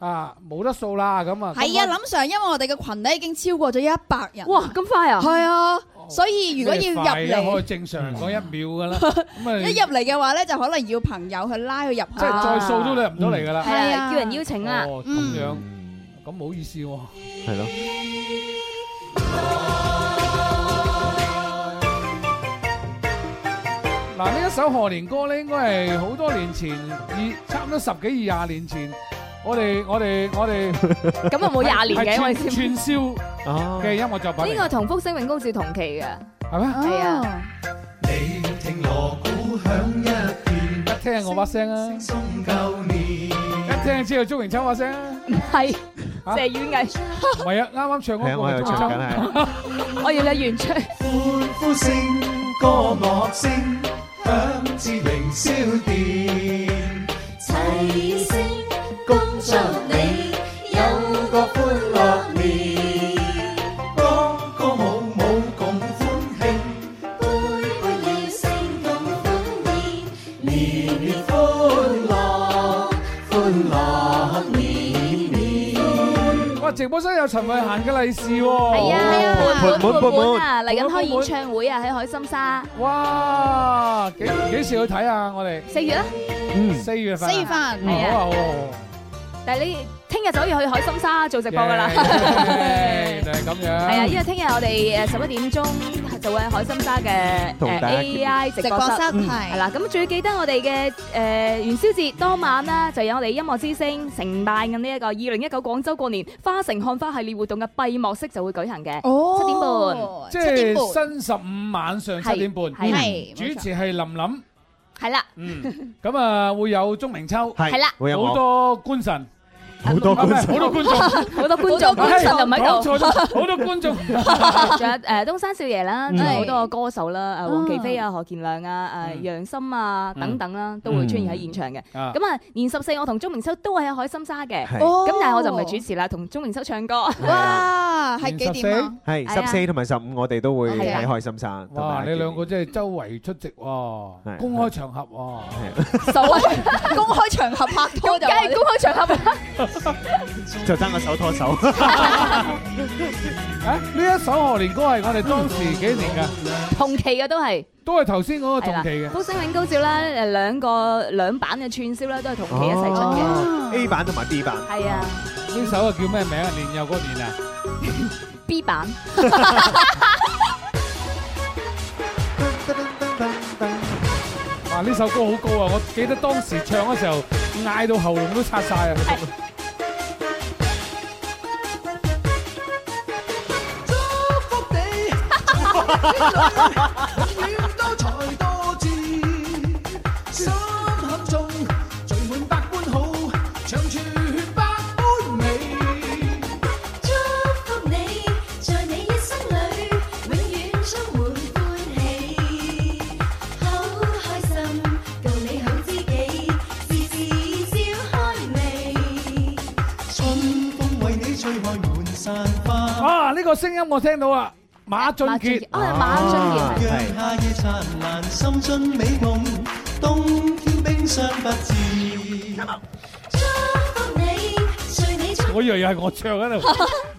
Speaker 5: 啊冇得掃啦咁啊，
Speaker 8: 係啊，林 Sir，因為我哋嘅群咧已經超過咗一百人。
Speaker 3: 哇，咁快啊！
Speaker 8: 係啊，所以如果要入
Speaker 5: 咩快啊可以
Speaker 8: 嚟，
Speaker 5: 正常講一秒噶啦，咁啊
Speaker 8: 一入嚟嘅話咧，就可能要朋友去拉佢入去。
Speaker 5: 即係再掃都你入唔到嚟噶啦。
Speaker 3: 係啊，叫人邀請啊！
Speaker 5: 哦，咁
Speaker 8: 嗯
Speaker 5: 樣咁冇意思喎。
Speaker 7: 係咯。
Speaker 5: 嗱，呢一首賀年歌咧，應該係好多年前，二差唔多十幾二廿年前，我哋我哋我哋
Speaker 3: 咁又冇廿年
Speaker 5: 係
Speaker 3: 嘅我
Speaker 5: 串
Speaker 6: [LAUGHS]
Speaker 3: 哋先。
Speaker 5: 串燒
Speaker 7: 哦
Speaker 5: 嘅音樂作品
Speaker 3: 呢
Speaker 5: 嚟
Speaker 3: 個
Speaker 5: 嘅，
Speaker 3: 同福星永高照同期嘅，
Speaker 5: 係咩？
Speaker 3: 係啊。
Speaker 1: 你聽鑼鼓響一片，
Speaker 5: 一聽我把聲啊，
Speaker 1: 送舊年。
Speaker 5: 一聽就知道祝榮秋把
Speaker 3: [LAUGHS]
Speaker 5: 聲啊，
Speaker 3: 唔係
Speaker 5: 啊
Speaker 3: 謝雨藝，
Speaker 5: 唔係啊，啱啱唱
Speaker 7: 係
Speaker 5: 嗰
Speaker 7: 啊，
Speaker 5: 個
Speaker 7: 我
Speaker 5: 係
Speaker 7: 又
Speaker 5: 祝
Speaker 7: 唱
Speaker 5: 榮
Speaker 7: 緊
Speaker 5: 秋。
Speaker 7: 係。
Speaker 3: 我要你原唱。
Speaker 1: 歡呼聲、歌樂聲，響至凌霄殿。齊聲恭祝你有個歡樂年，歌歌舞舞共歡慶，杯杯要聲共歡宴，年年歡樂歡樂年年。
Speaker 5: [LAUGHS] 哇！直播室有陳慧嫻嘅利是喎。
Speaker 3: 係啊，
Speaker 7: 盤盤盤盤
Speaker 3: 啊，嚟緊開演唱會啊，喺海心沙，
Speaker 5: 哇！幾幾時去睇啊？我哋
Speaker 3: 四月啦。
Speaker 7: 嗯，
Speaker 5: 四月份啊。
Speaker 8: 四月份
Speaker 5: 嗯好啊好啊好啊。
Speaker 3: 但係你聽日就可以去海心沙做直播㗎啦。 [LAUGHS]
Speaker 5: 耶就係咁樣。
Speaker 3: 係啊，因為聽日我哋誒十一點鐘就會喺海心沙嘅
Speaker 7: 同大家見
Speaker 3: 誒
Speaker 7: 面
Speaker 3: AI 直
Speaker 8: 直
Speaker 3: 播
Speaker 8: 播
Speaker 3: 室
Speaker 8: 室。嗯
Speaker 3: 係
Speaker 8: 係
Speaker 3: 啦，咁最記得我哋嘅呃誒元宵節當晚啦，就有我哋音樂之星承辦嘅呢一個二零一九廣州過年花城看花系列活動嘅閉幕式就會舉行嘅。
Speaker 8: 哦，
Speaker 5: 即
Speaker 8: 七點半，
Speaker 5: 係新十五晚上七點半，
Speaker 3: 係係
Speaker 8: 係
Speaker 5: 主持係林林，
Speaker 3: 係啦，
Speaker 5: Ừ. 嗯，咁啊會有鐘明秋，
Speaker 7: 係
Speaker 3: 係啦
Speaker 7: 會有
Speaker 5: 好
Speaker 7: 我
Speaker 5: 多官臣，
Speaker 7: 好多
Speaker 5: 啊唔
Speaker 7: 觀
Speaker 5: 係
Speaker 7: 眾
Speaker 5: 好多觀眾，
Speaker 3: 好多觀眾觀眾
Speaker 8: 好多觀
Speaker 3: 就唔喺
Speaker 5: 講
Speaker 3: 度，
Speaker 5: 錯咗，好多觀眾，
Speaker 3: 仲有誒東山少爺啦，
Speaker 7: 嗯
Speaker 3: 仲有好多歌手啦，誒黃琪飛啊、何健亮啊、誒
Speaker 5: 嗯
Speaker 3: 楊森啊
Speaker 5: 嗯
Speaker 3: 等等啦，都會出
Speaker 7: 嗯
Speaker 3: 現喺現場嘅。
Speaker 5: 啊
Speaker 3: 咁啊，年十四我同鐘明秋都係喺海心沙嘅，
Speaker 7: 係
Speaker 8: 哦
Speaker 3: 咁但係我就唔係主持啦，同鐘明秋唱歌。
Speaker 5: 啊
Speaker 8: 哇，係幾點啊？
Speaker 7: 係
Speaker 3: 係啊
Speaker 7: 十四同埋十五，我哋都會
Speaker 3: 係啊
Speaker 7: 喺開心山。同大
Speaker 5: 哇！
Speaker 7: 家
Speaker 5: 你
Speaker 7: 見
Speaker 5: 兩個
Speaker 7: 面
Speaker 5: 真係周圍出席 ờ, 喎，
Speaker 7: 係
Speaker 5: 公開場合
Speaker 8: 所謂公開場合拍拖就
Speaker 3: 梗係公開場合
Speaker 7: 就爭個手拖手。
Speaker 5: [LAUGHS] 喎，啊！呢一首賀年歌係我哋當時幾年嘅，
Speaker 3: 同期嘅都係。
Speaker 5: 都係頭先嗰個
Speaker 3: 係
Speaker 5: 同
Speaker 3: 啦
Speaker 5: 期嘅，
Speaker 3: 福星永高照啦，誒兩個兩版嘅串燒啦，都係同期一齊出嘅。
Speaker 7: 哦 A 版同埋 B
Speaker 3: [LAUGHS]
Speaker 7: 版，
Speaker 3: 係啊
Speaker 5: 呢首啊叫咩名啊？年又嗰年啊，
Speaker 3: ，B 版
Speaker 5: 哇！呢首歌好高啊！我記得當時唱嘅時候嗌到喉嚨都拆晒啊！
Speaker 1: 祝福你要多才多姿，心很重，聚滿百般好，長處百般美。
Speaker 6: 祝福你，在你一生裏，永遠充滿歡喜。好開心，共你好知己，時時笑開眉。
Speaker 1: 春風為你吹開滿山花，
Speaker 5: 啊！呢、個聲音我聽到啊，馬俊傑，
Speaker 3: 哦
Speaker 1: 啊讓夏夜燦爛，心中美夢，冬天冰霜不至。
Speaker 6: 祝福你，隨你出
Speaker 5: 我以為又係我唱喺度，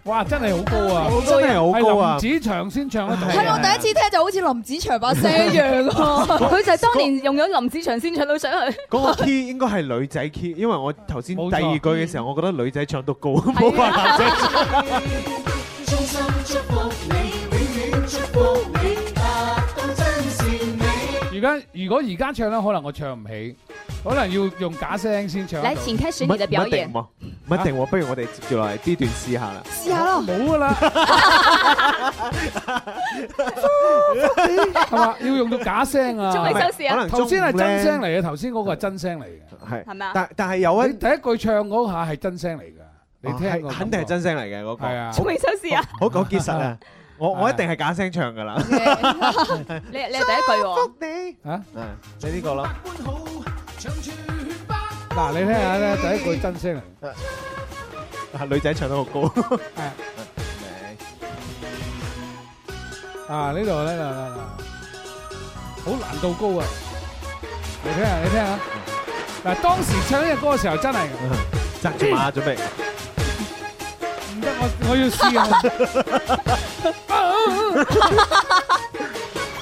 Speaker 5: 哇！真係好高啊，
Speaker 7: 真係好高啊
Speaker 5: 係林子祥先唱得到。
Speaker 8: [LAUGHS] 係我啊第一次聽就好似林子祥把聲一樣啊！
Speaker 3: 佢就係當年用咗林子祥先唱到上去。
Speaker 7: 嗰個 key 應該係女仔 key，因為我頭先
Speaker 5: 冇錯
Speaker 7: 第二句嘅時候，我覺得女仔唱到高，冇辦法男仔唱。
Speaker 6: 衷心祝福你，永遠祝福你，達到真善美。
Speaker 5: 而家如果而家唱咧，可能我唱唔起，可能要用假聲先唱得
Speaker 3: 嚟，
Speaker 5: 到。
Speaker 3: 請開始
Speaker 7: 唔
Speaker 3: [LAUGHS] 你
Speaker 7: 一
Speaker 3: 的表
Speaker 7: 唔一
Speaker 3: 演
Speaker 7: 定。喎，唔一定喎。不如我哋接住落嚟呢段試下啦。
Speaker 8: 試下咯，
Speaker 5: 冇噶啦，係嘛？要用到假聲
Speaker 3: 仲未
Speaker 5: 啊！
Speaker 3: 收視啊
Speaker 7: 可能
Speaker 5: 頭先係真聲
Speaker 7: 嚟，
Speaker 5: 嚟嘅，頭先嗰個係真聲嚟嘅。
Speaker 7: 係
Speaker 3: 係咪啊
Speaker 7: 但但係有一
Speaker 5: 你第一句唱嗰下係真聲嚟㗎，你
Speaker 7: 哦
Speaker 5: 聽
Speaker 7: 係
Speaker 5: 過
Speaker 7: 肯定係真聲嚟嘅嗰個，
Speaker 5: 係啊
Speaker 3: 仲未收視啊！
Speaker 7: 好好結實
Speaker 5: [LAUGHS]
Speaker 7: 啊！我我一定係假聲唱㗎啦。
Speaker 3: 你你係第一
Speaker 7: [LAUGHS]
Speaker 3: 句喎，
Speaker 7: 你
Speaker 5: 啊！
Speaker 7: 啊，你呢個啦，
Speaker 1: 百般好，長處百
Speaker 5: 嗱，你聽下咧，第一句真聲嚟。
Speaker 7: 啊女仔唱得好高。
Speaker 5: 係啊，呢度呢度呢度，好難度高啊！你聽下，你聽下。嗱，當時唱呢只歌嘅時候真係㗎
Speaker 7: [LAUGHS] 扎住
Speaker 3: [LAUGHS]
Speaker 7: 馬準備，
Speaker 5: 唔得，我我要試啊！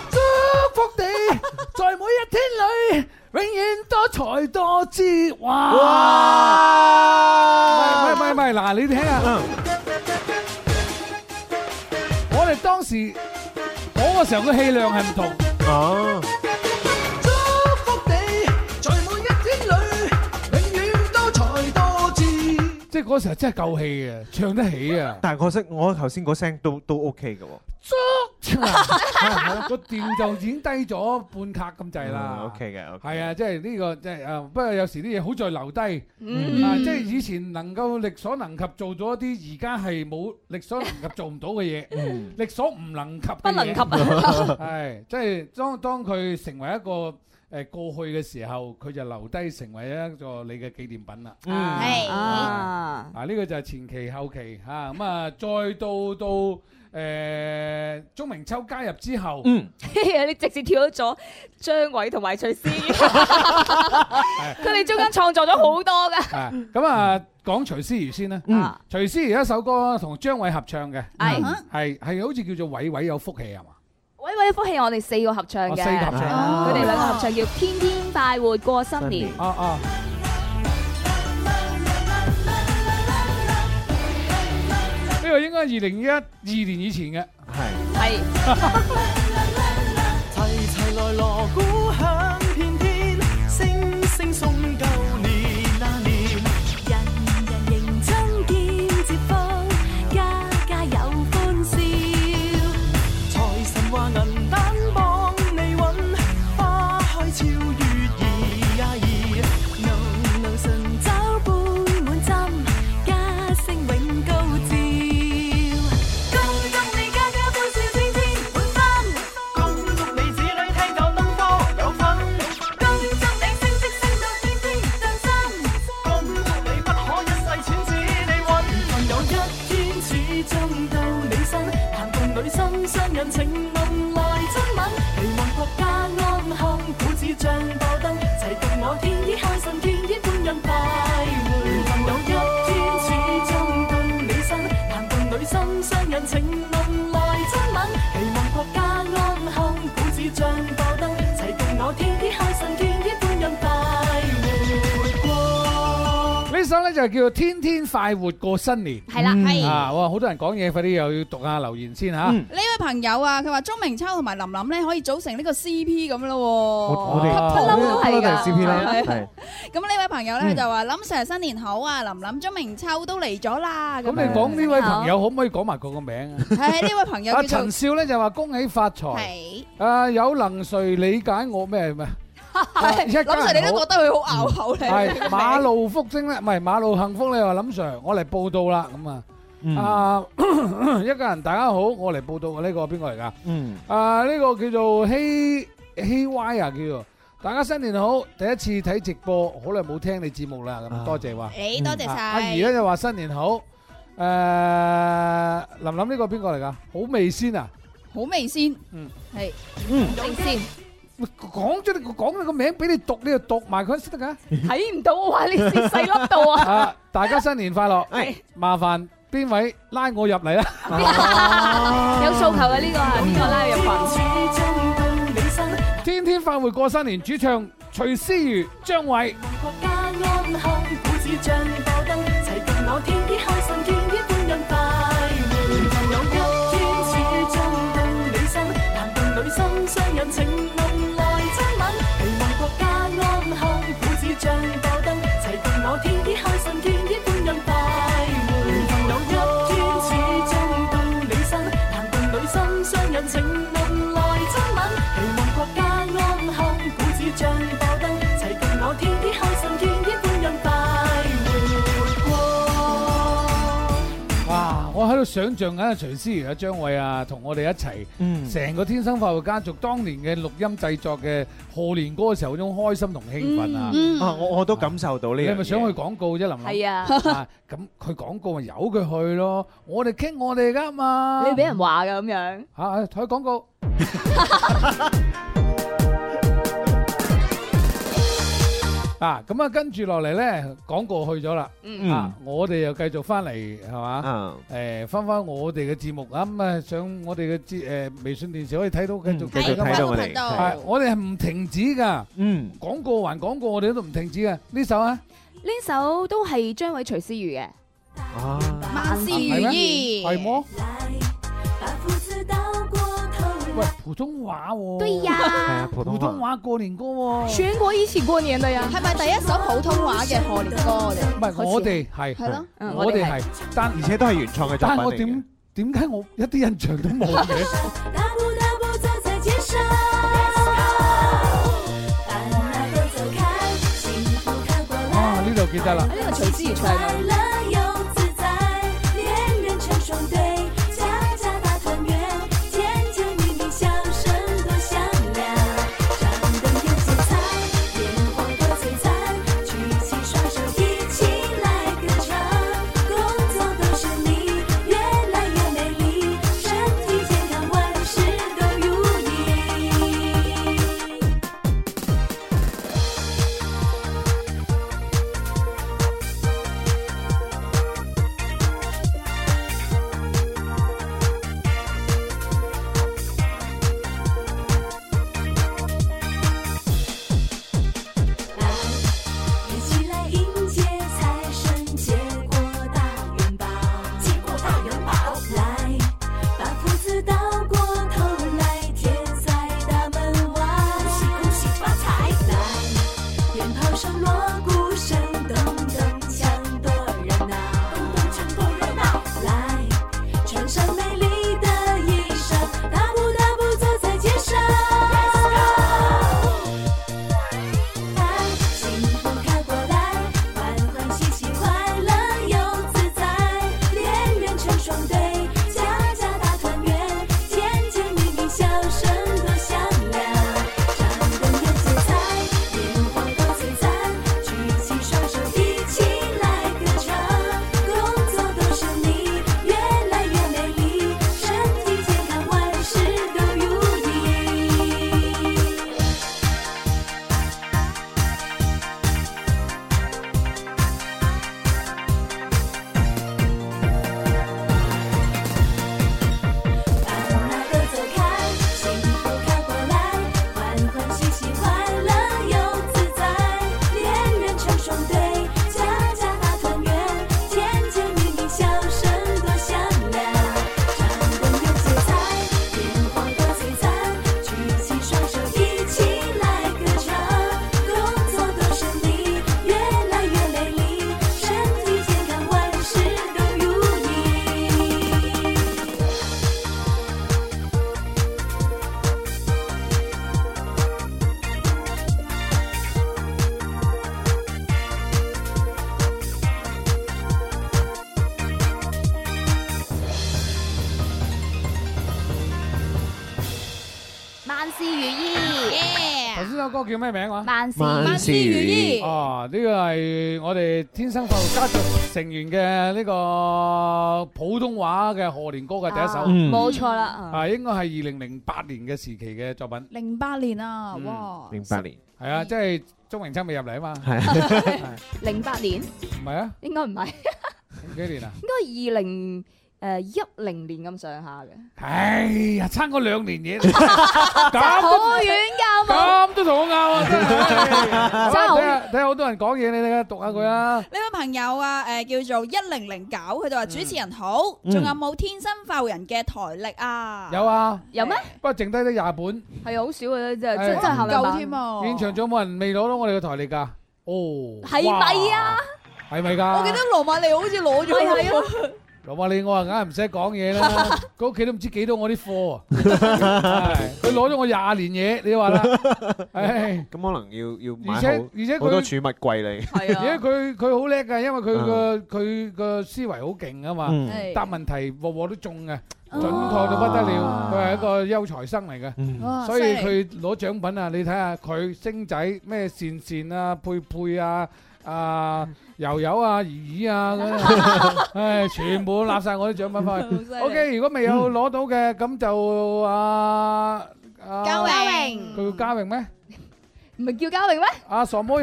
Speaker 5: 祝福你，在每一天裏，永遠多才多姿。哇！唔係唔係唔係，嗱你聽啊！我哋當時嗰個時候嘅氣量係唔同，
Speaker 7: 哦，
Speaker 1: 祝福你，在每一天裏，永遠多才多姿。
Speaker 5: 即係嗰時候真係夠氣嘅，唱得起啊！
Speaker 7: 但係可惜我頭先嗰聲都都 OK 嘅喎，
Speaker 5: 祝個調就已經低咗半格咁滯啦。
Speaker 7: 嗯 OK 嘅，OK。
Speaker 5: 係啊，即係呢個即係啊，不過有時啲嘢好在留低。
Speaker 3: 嗯
Speaker 5: 啊！即係以前能夠力所能及做咗一啲，而家係冇力所能及做唔到
Speaker 3: [LAUGHS]
Speaker 5: 嘅嘢，力所唔能及嘅嘢
Speaker 3: 不能及啊！[LAUGHS]
Speaker 5: [LAUGHS] 係即係當當佢成為一個誒、呃、過去嘅時候，佢就留低成為一個你嘅紀念品啦。
Speaker 8: 係
Speaker 3: 嗯啊，
Speaker 5: 啊，呢、個就係前期後期嚇，啊咁啊，再到到誒、呃、鐘明秋加入之後，
Speaker 7: 嗯，
Speaker 3: 你直接跳咗張偉同埋徐思，佢哋中間創作咗好多嘅。
Speaker 5: [LAUGHS] 啊咁啊講徐思如先啦。
Speaker 3: 嗯，
Speaker 5: 徐思如一首歌同張偉合唱嘅，
Speaker 3: 係
Speaker 5: 係係好似叫做偉偉有福氣係嘛？
Speaker 3: 偉偉福氣，我哋四個合唱
Speaker 5: 哦
Speaker 3: 嘅，啊
Speaker 5: 四個合唱
Speaker 3: 佢哋兩個合唱叫《天天快活過新年》。
Speaker 5: 哦哦。呢個應該係二零一二年以前嘅，
Speaker 7: 係
Speaker 3: 係
Speaker 1: 齊齊來鑼鼓響遍天，聲聲送舊年那年。
Speaker 6: 人人認真見接福，家家有歡笑。
Speaker 1: 財神話銀蛋幫你揾，花開超月兒呀兒。
Speaker 6: 路路順酒杯滿斟，家聲永高照。恭祝你家家歡笑天天滿心。
Speaker 1: 恭
Speaker 5: 咧就叫做天天快活過新年。
Speaker 8: 係啦係
Speaker 5: 啊，哇！好多人講嘢，快啲又要讀下留言先吓。
Speaker 8: 呢位朋友啊，佢話鐘明秋同埋林琳咧可以組成呢個 CP 咁
Speaker 5: 我
Speaker 8: 咯喎，
Speaker 5: 我哋
Speaker 8: 不嬲都係
Speaker 10: 我覺得
Speaker 8: 㗎
Speaker 10: 係 CP 啦
Speaker 8: 係啊
Speaker 10: 係
Speaker 8: 咁呢位朋友咧
Speaker 5: 嗯
Speaker 8: 就話林 Sir 新年好啊，林琳、鐘明秋都嚟咗啦。
Speaker 5: 咁你講呢位朋友可唔可以講埋佢個名啊？
Speaker 8: 係呢位朋友
Speaker 5: 阿
Speaker 8: 叫
Speaker 5: 陳
Speaker 8: 做
Speaker 5: 少咧就話恭喜發財，
Speaker 8: 係。
Speaker 5: 啊有能誰理解我咩
Speaker 8: [LAUGHS]
Speaker 5: 咩？啊一家人
Speaker 8: 林 Sir，你都覺得佢好拗口咧？
Speaker 5: 係馬路福星咧，唔係馬路幸福咧，話林 Sir，我嚟報道啦咁啊。 [COUGHS] 啊，一家人大家好，我嚟報道嘅呢個邊個嚟㗎？
Speaker 10: 嗯，
Speaker 5: 啊，呢、個叫做希希 Y 啊，叫做大家新年好，第一次睇直播，好耐冇聽你節目啦，咁多謝話。
Speaker 8: [LAUGHS] 你多謝晒
Speaker 5: 啊阿怡咧就話新年好。誒、林林呢個邊個嚟㗎？好味先啊！
Speaker 8: 好味先，
Speaker 5: 嗯，
Speaker 8: 係，
Speaker 5: 嗯
Speaker 8: 味先，
Speaker 5: 講咗你講你個名俾你讀，你就讀埋佢先得㗎。
Speaker 3: 啊睇唔到我話你先細粒度
Speaker 5: [LAUGHS]
Speaker 3: 啊！
Speaker 5: 啊！大家新年
Speaker 3: [LAUGHS]
Speaker 5: 快樂！麻煩邊位拉我入嚟啦？
Speaker 3: 有訴求嘅呢個係邊個拉入
Speaker 6: 群？
Speaker 5: [LAUGHS] 天天快活過新年，主唱徐思如、張偉。
Speaker 6: 國家安康，股市漲爆燈，齊共我天天開心，天天歡欣快活。全群有一天始終到你身，男共女心相印，情濃來親吻。期望國家安康，股市漲爆燈，齊共我天天開心，天天歡欣快活。全群有一天始終到你身，男共女心相印，情濃來親吻。期望國家安康，股市漲爆燈，齊共我天天開心，天天歡欣快活過。
Speaker 5: 哇！我喺度想象緊啊，徐思如啊、張偉啊，同我哋一齊，成個天生快活家族當年嘅錄音製作嘅賀年歌嘅時候嗰種開心同興奮啊！
Speaker 10: 嗯嗯啊我我都感受到呢
Speaker 5: 你
Speaker 10: 樣
Speaker 5: 係咪想去廣告啫，林林？
Speaker 3: 係啊 [LAUGHS]
Speaker 5: 咁佢廣告咪由佢去咯，我哋傾我哋噶嘛。
Speaker 3: 你俾人話㗎咁樣。
Speaker 5: 嚇，啊睇廣告。啊，咁啊，跟住落嚟咧，廣告去咗啦。
Speaker 10: Ừ.
Speaker 3: 嗯
Speaker 5: 啊，我哋又繼續翻嚟係
Speaker 10: À.
Speaker 5: 嘛？誒，翻翻我哋嘅節目啊，咁啊，上我哋嘅節誒微信電視可以睇到繼續
Speaker 10: 繼續睇到我哋
Speaker 5: 係我哋係唔停止㗎。嗯，廣告還廣告，我哋都唔停止嘅。呢首啊，
Speaker 3: 呢首都係張偉徐思如嘅。
Speaker 5: 啊，
Speaker 3: 萬事如意
Speaker 5: 係麼？喂，普通話喎。
Speaker 3: 對呀係啊
Speaker 5: 普
Speaker 3: 普通話
Speaker 5: 通話過年歌喎。
Speaker 3: 全國一起過年的呀，
Speaker 8: 係咪第一首普通話嘅賀年歌嚟？
Speaker 5: 唔係我哋係，
Speaker 8: 係咯
Speaker 3: ờ,
Speaker 8: 嗯
Speaker 5: 我
Speaker 3: 啊
Speaker 5: 哋
Speaker 8: 我哋
Speaker 5: 係
Speaker 8: 係，
Speaker 5: 但而且都係原創嘅
Speaker 10: 作品嚟嘅
Speaker 5: 但係我點點解我一啲印象都冇
Speaker 10: [LAUGHS]
Speaker 5: 嘅？
Speaker 6: 大步大步走在街上，烦恼都走开，幸福靠过来。
Speaker 5: 啊，呢度記得啦。
Speaker 6: 呢個徐思如唱嘅。快樂又自在，戀人成雙對，家家大團圓，甜甜蜜蜜笑聲多響亮。掌燈又精彩，烟火多璀璨，举起雙手一起來歌唱。工作都是你，越來越美麗，身體健康，萬事都如意。
Speaker 5: Hãy subscribe cho kênh Ghiền Mì Gõ Để không bỏ lỡ 頭先首歌叫咩名話？
Speaker 3: 萬
Speaker 1: 事萬事如意
Speaker 5: 哦，呢個係我哋天生快活家族成員嘅呢個普通話嘅賀年歌嘅第一首。
Speaker 3: 嗯冇錯啦啊
Speaker 5: 啊，應該係二零零八年嘅時期嘅作品。
Speaker 8: 零八年啊，哇！
Speaker 5: 嗯零八年。係啊，即係鍾明秋未入嚟啊嘛。
Speaker 10: 哎
Speaker 3: 係。零八年
Speaker 5: 唔
Speaker 3: [LAUGHS]
Speaker 5: 係啊？
Speaker 3: 應該唔係，
Speaker 5: 幾年啊？
Speaker 3: 應該二零誒一零年咁上下嘅。
Speaker 5: 哎呀，差嗰兩年
Speaker 3: [LAUGHS]
Speaker 5: 嘢，
Speaker 3: 爭
Speaker 5: 咁都
Speaker 3: 好遠㗎冇
Speaker 5: 咁都同我拗啊！
Speaker 3: [LAUGHS]
Speaker 5: 真係，
Speaker 8: 爭好
Speaker 5: 睇下睇下好多人講嘢，你睇讀下佢啊。
Speaker 8: 呢位朋友啊，誒叫做一零零九，佢就話主持人好，
Speaker 5: 嗯
Speaker 8: 仲有冇天生快活人嘅台歷啊？
Speaker 5: 有啊，
Speaker 3: 有咩？
Speaker 5: 不過剩低得廿本，
Speaker 3: 係啊，好少嘅啫，即
Speaker 5: 係
Speaker 3: 係真係限量
Speaker 8: 夠
Speaker 3: 版
Speaker 8: 添啊！
Speaker 5: 現場仲有冇人未攞到我哋嘅台歷㗎？哦，
Speaker 3: 係咪啊？
Speaker 5: 哇？係咪㗎？
Speaker 8: 我記得羅馬尼好似攞咗，
Speaker 3: 係係
Speaker 8: 啊，
Speaker 5: 羅馬里我話梗係唔使講
Speaker 3: [LAUGHS]
Speaker 5: 嘢啦，佢屋企都唔知幾多我啲貨啊！係佢攞咗我廿年嘢，你話啦？唉，
Speaker 10: 咁可能要要買
Speaker 5: 而且
Speaker 10: 好
Speaker 5: 而且佢
Speaker 10: 好多儲物櫃嚟。
Speaker 5: 而且佢佢好叻㗎，因為佢個佢個思維好勁啊嘛
Speaker 10: 嗯，係
Speaker 5: 答問題個個都中嘅，準確到不得了。佢係一個優才生嚟
Speaker 1: 哇
Speaker 10: 嗯
Speaker 5: 嘅，所以
Speaker 1: 犀
Speaker 5: 佢攞獎品啊！你睇下佢星仔咩善善啊、佩佩啊、啊柔柔啊、怡
Speaker 1: [LAUGHS]
Speaker 5: 怡啊咁樣，唉，全部攬晒我啲獎品翻
Speaker 1: [LAUGHS] 好犀
Speaker 5: 去。
Speaker 1: 利
Speaker 5: OK，如果未有攞到嘅，咁就啊
Speaker 1: [LAUGHS]
Speaker 5: 啊
Speaker 3: 嘉榮
Speaker 5: 佢叫嘉榮咩？
Speaker 3: 唔係叫嘉榮咩？
Speaker 5: 阿傻妹，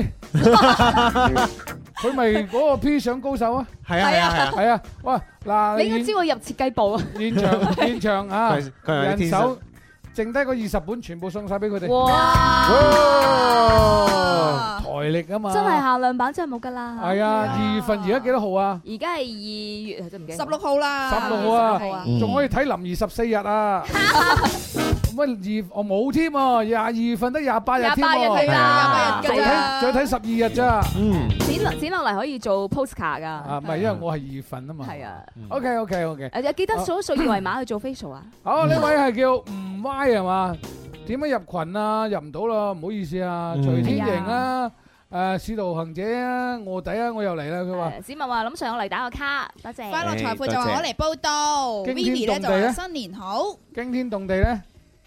Speaker 5: 佢咪嗰個 P 相高手啊？
Speaker 10: 係啊係啊係啊
Speaker 5: 係啊！哇嗱，
Speaker 3: 你應該知我入設計
Speaker 5: [LAUGHS]
Speaker 3: 部啊！
Speaker 1: [LAUGHS]
Speaker 5: 現場現場啊
Speaker 10: 佢係，佢係
Speaker 5: 人
Speaker 10: 天
Speaker 5: 手剩
Speaker 10: 生
Speaker 5: 低嗰二十本全部送晒俾佢哋。
Speaker 8: Ờ.
Speaker 3: 哇
Speaker 5: Ờ. 哇！台歷啊嘛，
Speaker 3: 真係限量版真係冇㗎啦。
Speaker 5: 係啊！二月份而家幾多號啊？
Speaker 3: 而家係二月，真唔記得。
Speaker 8: 十六號啦，
Speaker 5: 十六號
Speaker 8: à.
Speaker 5: 啊，
Speaker 3: 嗯
Speaker 5: 仲可以睇林二十四日啊！乜二我冇添喎，廿二月份得廿八日添
Speaker 3: 28日
Speaker 5: 喎，
Speaker 3: 㗎咋
Speaker 5: 仲睇仲睇十二日咋？
Speaker 10: Dạ.
Speaker 5: 嗯。
Speaker 3: 剪落剪落嚟可以做 postcard 㗎。
Speaker 5: 啊，唔係，因為我係二月份啊嘛。
Speaker 3: 係啊。
Speaker 5: OK OK OK。Ờ,
Speaker 3: 誒，記得掃一掃二維碼去做 facial 啊！
Speaker 5: 好，呢位係叫吳 Y 係嘛？點樣入群啊？入唔到啦，唔好意思啊。
Speaker 3: 嗯
Speaker 5: 徐天瑩啊，誒，使徒行者啊，臥底啊，我又嚟啦。佢話
Speaker 3: 子文話諗上嚟打個卡，多謝。
Speaker 8: 快樂財富就話我嚟報道
Speaker 5: 驚天
Speaker 8: ，Vivi 咧
Speaker 5: 動
Speaker 8: 就
Speaker 5: 地
Speaker 8: 話
Speaker 5: 呢
Speaker 8: 新年好。
Speaker 5: 驚天動地咧，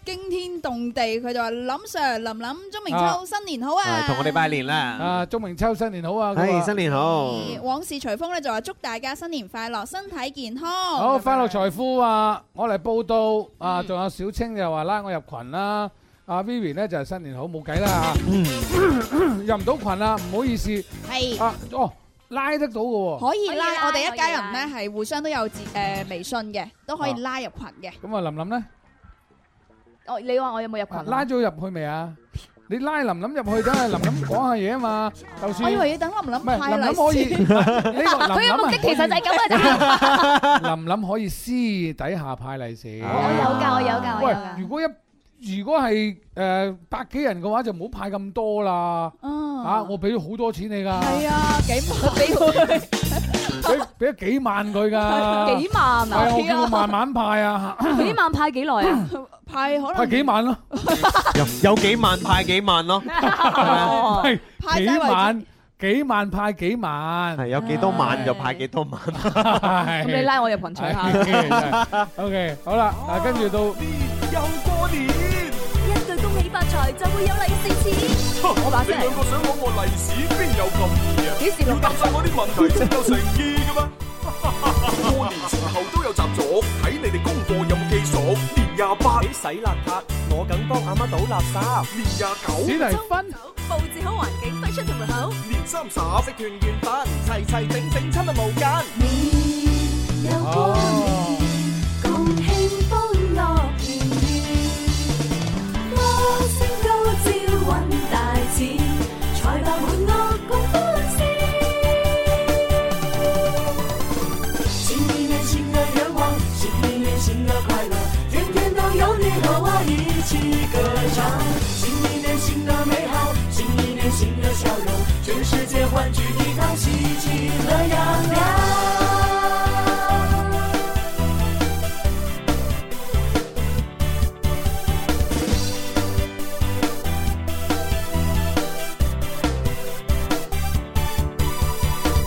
Speaker 8: 驚天動地，佢就話林 Sir、林林、鐘明
Speaker 5: 啊
Speaker 8: 秋新年好啊！
Speaker 10: 同我哋拜年啦！
Speaker 5: 啊，鍾明秋新年好啊！嗯佢話
Speaker 10: 係新年好。
Speaker 8: 往事隨風咧就話祝大家新年快樂，身體健康。
Speaker 5: 好，快樂財富話我嚟報道啊，仲有小青又話拉我入群啦。阿 Vivi 咧就係新年好，冇計
Speaker 3: [LAUGHS]
Speaker 5: 啦
Speaker 10: 嗯
Speaker 5: 嚇，入唔到群啊，唔好意思。
Speaker 8: 係
Speaker 5: 啊，哦，拉得到嘅喎。
Speaker 8: 可以拉，我哋一家人咧係互相都有自誒微信嘅，都可以拉入群嘅。
Speaker 5: 咁啊，林林咧？
Speaker 3: 我你話我有冇入群啊？
Speaker 5: 拉咗入去未啊？你拉琳琳入去，梗係琳琳講下嘢啊嘛。就算
Speaker 8: 我以為要等林林
Speaker 5: 唔係
Speaker 8: 派
Speaker 5: 琳琳
Speaker 8: 禮
Speaker 3: [LAUGHS]
Speaker 5: 可以，
Speaker 8: 先。
Speaker 5: 呢個
Speaker 3: 佢
Speaker 5: 琳琳
Speaker 3: 嘅目
Speaker 5: 啊
Speaker 3: 的其實就係咁嘅啫。
Speaker 5: 琳琳可以私底下派利是。
Speaker 3: 我有㗎，我有㗎，我有
Speaker 5: 喂
Speaker 3: 㗎，。
Speaker 5: 如果一如果係誒百幾人嘅話，就唔好派咁多啦。
Speaker 8: Ờ.
Speaker 5: 啊，我俾咗好多錢你㗎。係啊，
Speaker 8: 幾萬俾
Speaker 3: [LAUGHS]
Speaker 8: 佢？
Speaker 5: 俾俾咗幾萬佢㗎。
Speaker 3: 幾萬啊
Speaker 5: 係我叫佢慢慢派啊。
Speaker 3: [LAUGHS] 幾萬派幾耐
Speaker 5: à?
Speaker 3: 啊？
Speaker 8: 派可能
Speaker 5: 派幾萬咯。
Speaker 10: 有有幾萬派幾
Speaker 5: [LAUGHS]
Speaker 10: 萬咯，
Speaker 5: Ờ.
Speaker 3: Ờ. 哦
Speaker 5: 唔係
Speaker 8: 派
Speaker 5: 幾
Speaker 8: 晒為止
Speaker 5: 萬幾萬派幾萬。
Speaker 10: 係有幾多萬就派幾多萬。
Speaker 5: 咁
Speaker 3: 咁你拉我入
Speaker 5: Ờ.
Speaker 3: 群取下。
Speaker 5: O K，好啦，嗱，跟住到
Speaker 1: 又過年，
Speaker 3: 一句恭喜發財就會有利是錢。我把聲
Speaker 1: 你兩個想攞我利是邊有咁易啊？
Speaker 3: 幾時
Speaker 1: 要答晒我啲問題先有誠意嘅 [LAUGHS] 咩？過年前後都有習俗，睇你哋功課有冇記熟。年廿八你洗邋遢，我梗幫阿媽倒垃圾。年廿九
Speaker 5: 史提芬。
Speaker 1: 佈置好環境，揮出同門口。年三十食團圓飯，齊齊整整親啊無間。
Speaker 6: 有過年，共慶歡樂團圓，歌聲高照揾大錢，財帛滿屋共歡笑。新的一年新的願望，新的一年新的快樂，天天都有你和我一起歌唱。新的一年新的美好，新的一年新的笑容，全世界歡聚一堂，喜氣樂洋洋。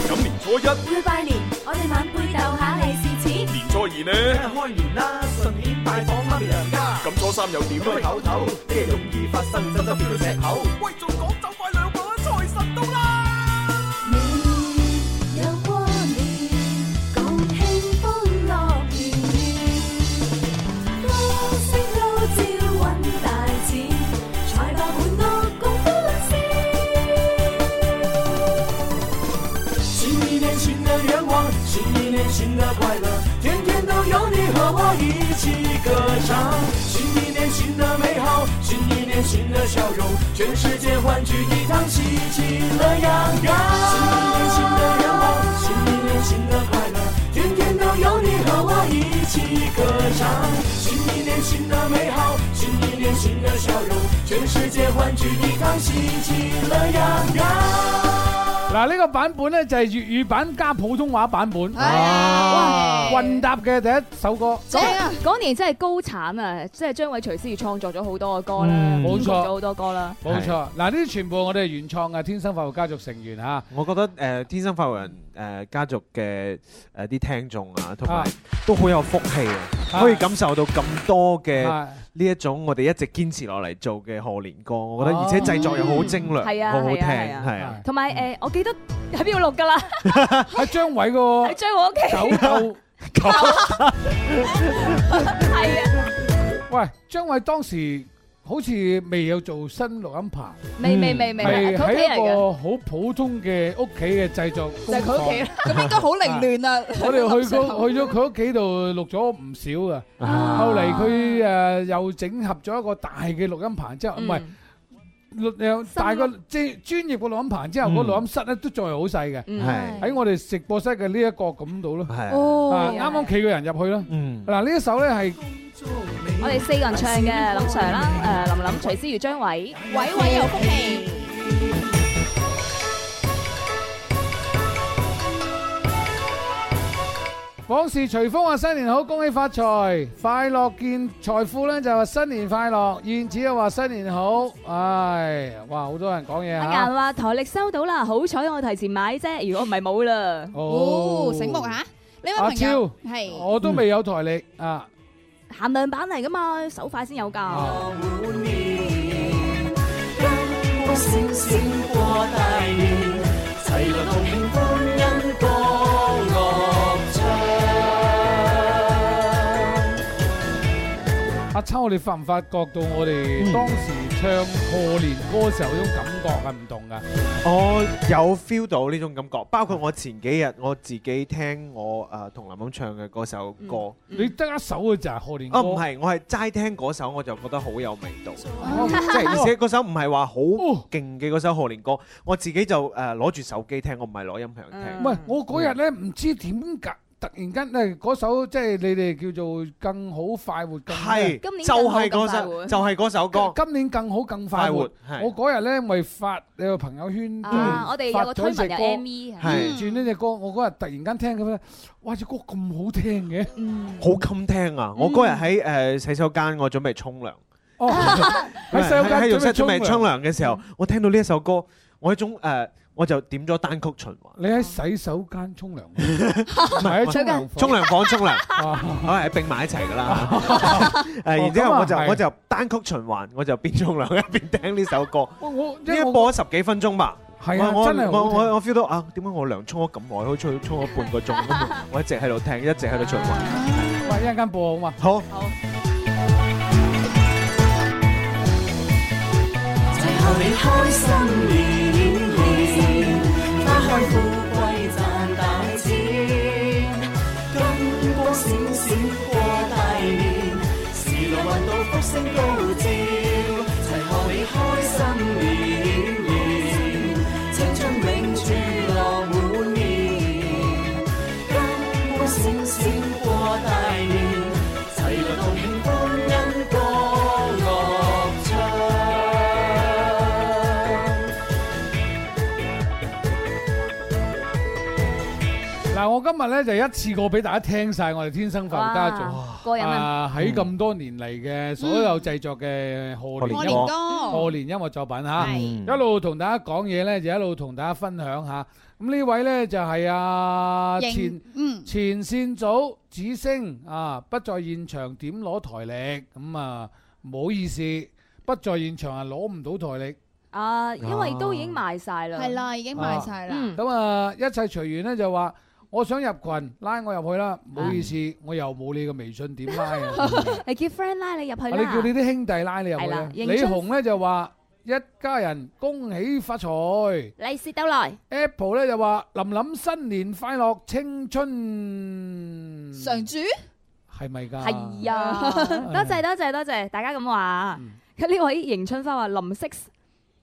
Speaker 1: 咁年初一。
Speaker 6: 要拜年，我哋晚輩鬥下利是錢。
Speaker 1: 年初二呢？開年啦，順便拜訪媽咪娘家。咁初三又點咧？唞唞，咩容易發生爭執變到石口。新一年新的快乐，天天都有你和我一起歌唱。新一年新的美好，新一年新的笑容，全世界欢聚一堂，喜气乐洋洋。新一年新的愿望，新一年新的快乐，天天都有你和我一起歌唱。新一年新的美好，新一年新的笑容，全世界欢聚一堂，喜气乐洋洋。
Speaker 5: 嗱，呢個版本咧就係粵語版加普通話版本，哇，混搭嘅第一首歌，
Speaker 3: 嗰嗰年真係高產啊！即係張偉徐先至創作咗好多嘅歌啦，
Speaker 5: 嗯
Speaker 3: 編
Speaker 5: 冇
Speaker 3: 曲
Speaker 5: 錯
Speaker 3: 咗好多歌啦。
Speaker 5: 冇錯。嗱，呢啲全部我哋原創嘅天生發育家族成員啊嚇。
Speaker 10: 我覺得誒、呃天生發育人誒、呃家族嘅誒啲聽眾啊，同
Speaker 5: 啊
Speaker 10: 埋都好有福氣啊，
Speaker 5: 啊
Speaker 10: 可以感受到咁多嘅
Speaker 5: 啊
Speaker 10: 呢一種我哋一直堅持落嚟做嘅賀年歌，我覺得而且製作又好精良，
Speaker 3: 係啊
Speaker 10: 好好聽，
Speaker 3: 係啊
Speaker 10: 係啊。
Speaker 3: 同埋誒，我記得喺邊度錄㗎啦？
Speaker 5: 喺張偉個
Speaker 3: [LAUGHS] 喺張偉屋企。
Speaker 5: 狗 [LAUGHS]
Speaker 10: 狗，
Speaker 3: 係啊，
Speaker 5: 喂，張偉當時好似未有做新錄音棚，
Speaker 3: 未未未未
Speaker 5: 係
Speaker 3: 係佢屋企
Speaker 5: 喺
Speaker 3: 嚟
Speaker 5: 一
Speaker 3: 嘅
Speaker 5: 個好普通嘅屋企嘅製作工
Speaker 8: 就係佢屋企啦
Speaker 5: 廠。
Speaker 8: 咁應該好凌亂啦。
Speaker 5: 我哋去過去咗佢屋企度錄咗唔少噶，後嚟佢誒又整合咗一個大嘅錄音棚之後，唔係錄有大個即係專業嘅錄音棚之後，個錄音室咧都仲係好細嘅，
Speaker 10: 嗯
Speaker 5: 喺我哋直播室嘅呢一個咁度咯，
Speaker 10: 哦
Speaker 5: 啊啱啱企個人入去咯。嗱呢一首咧係
Speaker 3: 我哋四個人唱嘅，林 Sir 啦，誒林林、徐思如、張偉，
Speaker 8: 偉偉有福氣。
Speaker 5: 往事隨風話新年好，恭喜發財，快樂見財富咧就話新年快樂，燕子又話新年好，唉，哇好多人講嘢
Speaker 3: 阿
Speaker 5: 嚇
Speaker 3: 顏。話台歷收到啦，好彩我提前買啫，如果唔係冇啦。
Speaker 5: 哦醒目
Speaker 3: 嚇！呢
Speaker 5: 阿超，我都未有台歷啊。
Speaker 3: 限量版嚟噶嘛，手快先有
Speaker 5: Ờ,
Speaker 3: 㗎。
Speaker 1: 恭星星過大年，齊來同慶歡欣歌樂唱。
Speaker 5: 阿秋，我哋發唔發覺到我哋當時唱賀年歌時候嗰種感覺係唔同噶？
Speaker 10: 我有 feel 到呢種感覺，包括我前幾日我自己聽我誒同林林唱嘅嗰首歌，
Speaker 3: Ừ.
Speaker 5: 你得一首嘅就係賀年歌。
Speaker 10: 啊唔係，我係齋聽嗰首我就覺得好有味道，
Speaker 5: 哦
Speaker 10: [LAUGHS] 即係而且嗰首唔係話好勁嘅嗰首賀年歌，我自己就誒攞住手機聽，我唔係攞音響
Speaker 3: Ờ.
Speaker 10: 聽。
Speaker 5: 唔係，我嗰日咧唔知點解突然間咧嗰首即係你哋叫做更好快活更
Speaker 10: 係，就係嗰首，就係嗰首歌。
Speaker 5: 今年更好更快活。
Speaker 10: 快活係
Speaker 5: 我嗰日咧咪發你個朋友圈，
Speaker 3: 啊我哋有個推文有 MV 係
Speaker 5: 轉呢只歌。我嗰日突然間聽咁樣，哇！只歌咁好聽嘅，
Speaker 3: Ừ.
Speaker 10: 好襟聽
Speaker 5: 嗯
Speaker 10: 啊！我嗰日喺誒洗手間，我準備沖涼。
Speaker 5: 哦，喺洗手間
Speaker 10: 喺浴室準
Speaker 5: 準備
Speaker 10: 備沖
Speaker 5: 沖涼。
Speaker 10: 涼嘅時候，我聽到呢一首歌，我一種誒，我就點咗單曲循環。
Speaker 5: 你喺洗手間沖涼，唔係喺沖涼
Speaker 10: 沖涼房沖
Speaker 5: [LAUGHS]
Speaker 10: 涼，
Speaker 5: 哦
Speaker 10: 我係並埋一齊
Speaker 5: [LAUGHS]
Speaker 10: 㗎啦。 [LAUGHS] 誒，然之後我就
Speaker 5: 咁啊係
Speaker 10: 我就單曲循環，我就邊沖涼一邊聽呢首歌。
Speaker 5: 我我因
Speaker 10: 呢一
Speaker 5: 為我
Speaker 10: 播咗十幾分鐘吧。
Speaker 5: 係啊
Speaker 10: 我我
Speaker 5: 真係好
Speaker 10: 我
Speaker 5: 聽
Speaker 10: 我我 feel 到啊，點解我涼沖咗咁耐，好似沖咗半個鐘咁？我一直喺度聽，一直喺度循環。
Speaker 5: 喂一陣間播好嘛？
Speaker 10: 好。
Speaker 1: 齊賀你開心年，花開富貴賺大錢，金光閃閃過大年，時來運到福星高照。齊賀你開心年，青春永駐樂滿面，金光閃閃過大年，齊來同慶歡欣歌樂唱。
Speaker 5: 嗱，我今日咧就一次過俾大家聽晒我哋天生發育家族
Speaker 3: 哇。過癮啊！
Speaker 5: 啊！喺咁多年嚟嘅所有製作嘅賀年音
Speaker 10: 賀年
Speaker 5: 樂
Speaker 10: 歌
Speaker 5: 賀年音樂作品嚇，
Speaker 10: 係
Speaker 5: 一路同大家講嘢咧，就一路同大家分享下。咁呢位咧就係啊
Speaker 8: 認
Speaker 5: 前
Speaker 8: 嗯
Speaker 5: 前線組子星啊，不在現場點攞台歷咁啊，唔好意思，不在現場啊攞唔到台歷。
Speaker 3: 啊，因為都已經賣晒啦。
Speaker 8: 係啦，已經賣晒啦。
Speaker 3: Ừ. 嗯
Speaker 5: 咁啊，一切隨緣咧就話。我想入群，拉我入去啦。唔好意
Speaker 3: 嗯
Speaker 5: 思，我又冇你個微
Speaker 3: [LAUGHS]
Speaker 5: 信點拉啊。
Speaker 3: 你叫 friend 拉你入去
Speaker 5: 啊你
Speaker 3: 啦。
Speaker 5: 叫你啲兄弟拉你入去
Speaker 3: 係啦
Speaker 5: 啦。
Speaker 3: 認
Speaker 5: 李
Speaker 3: 真
Speaker 5: 紅咧就話一家人恭喜發財。
Speaker 3: 利是到來。
Speaker 5: Apple 咧就話林林新年快樂，青春
Speaker 8: 常駐
Speaker 5: 係咪㗎？
Speaker 3: 係
Speaker 8: À. [LAUGHS]
Speaker 3: 啊，多謝多謝多謝，大家咁話。咁呢位迎春花話林色，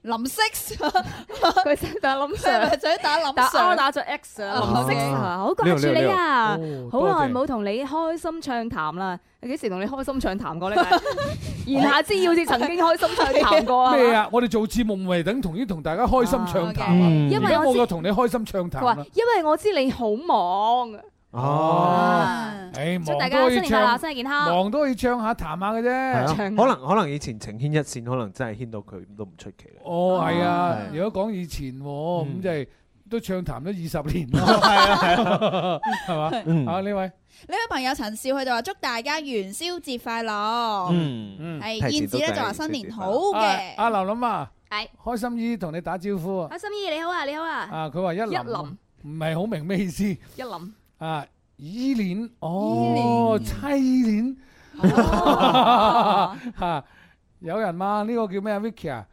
Speaker 8: 林色，
Speaker 3: 佢想打林
Speaker 8: 係
Speaker 3: Sir，
Speaker 8: 咪想打林
Speaker 3: 打
Speaker 8: Sir？
Speaker 3: O 打咗 X 啊，
Speaker 8: 哦
Speaker 3: 林 Sir 啊，好掛住你啊，
Speaker 5: 哦
Speaker 3: 好耐冇同你開心暢談啦，你幾時同你開心暢談過
Speaker 5: [LAUGHS]
Speaker 3: 咧？ [LAUGHS] 言下之意好似曾經開心暢談過啊。
Speaker 5: 咩啊？我哋做節目咪等同於同大家開心暢談啊！
Speaker 3: 嗯因為
Speaker 5: 而家
Speaker 3: 我
Speaker 5: 我
Speaker 3: 知
Speaker 5: 個同你開心啊暢談
Speaker 3: 佢話
Speaker 5: 啦。
Speaker 3: 因為我知你好忙，
Speaker 8: À.
Speaker 5: 哦，誒，
Speaker 3: 祝大
Speaker 5: 忙
Speaker 3: 家
Speaker 5: 都可
Speaker 3: 新
Speaker 5: 以
Speaker 3: 年快樂，
Speaker 5: 唱
Speaker 3: 新，年健康。
Speaker 5: 忙都可以唱下談下嘅
Speaker 10: 係啊
Speaker 5: 啫。
Speaker 10: 可能可能以前情牽一線，可能真係牽到佢都唔出奇啦。
Speaker 5: 哦，係啊
Speaker 10: 係。
Speaker 5: 如果講以前喎，咁就係都暢談咗二十年啦。係啊，係
Speaker 10: 嗯
Speaker 5: 嘛？啊呢位，
Speaker 8: 呢位朋友陳少佢就話祝大家元宵節快
Speaker 10: Ừ.
Speaker 8: 樂，
Speaker 10: 嗯
Speaker 8: 係燕子咧就話新年好嘅，
Speaker 5: 阿劉林啊，
Speaker 3: 係
Speaker 5: 開心姨同你打招呼啊。
Speaker 3: 開心姨你好啊，你好啊，
Speaker 5: 啊，佢話一林，
Speaker 3: 一林
Speaker 5: 唔係好明咩意思
Speaker 3: 一林。
Speaker 5: [LAUGHS] 啊？依戀哦，猜依戀。 [LAUGHS] 嚇！啊有人嘛？呢個叫咩啊？Vicky 啊，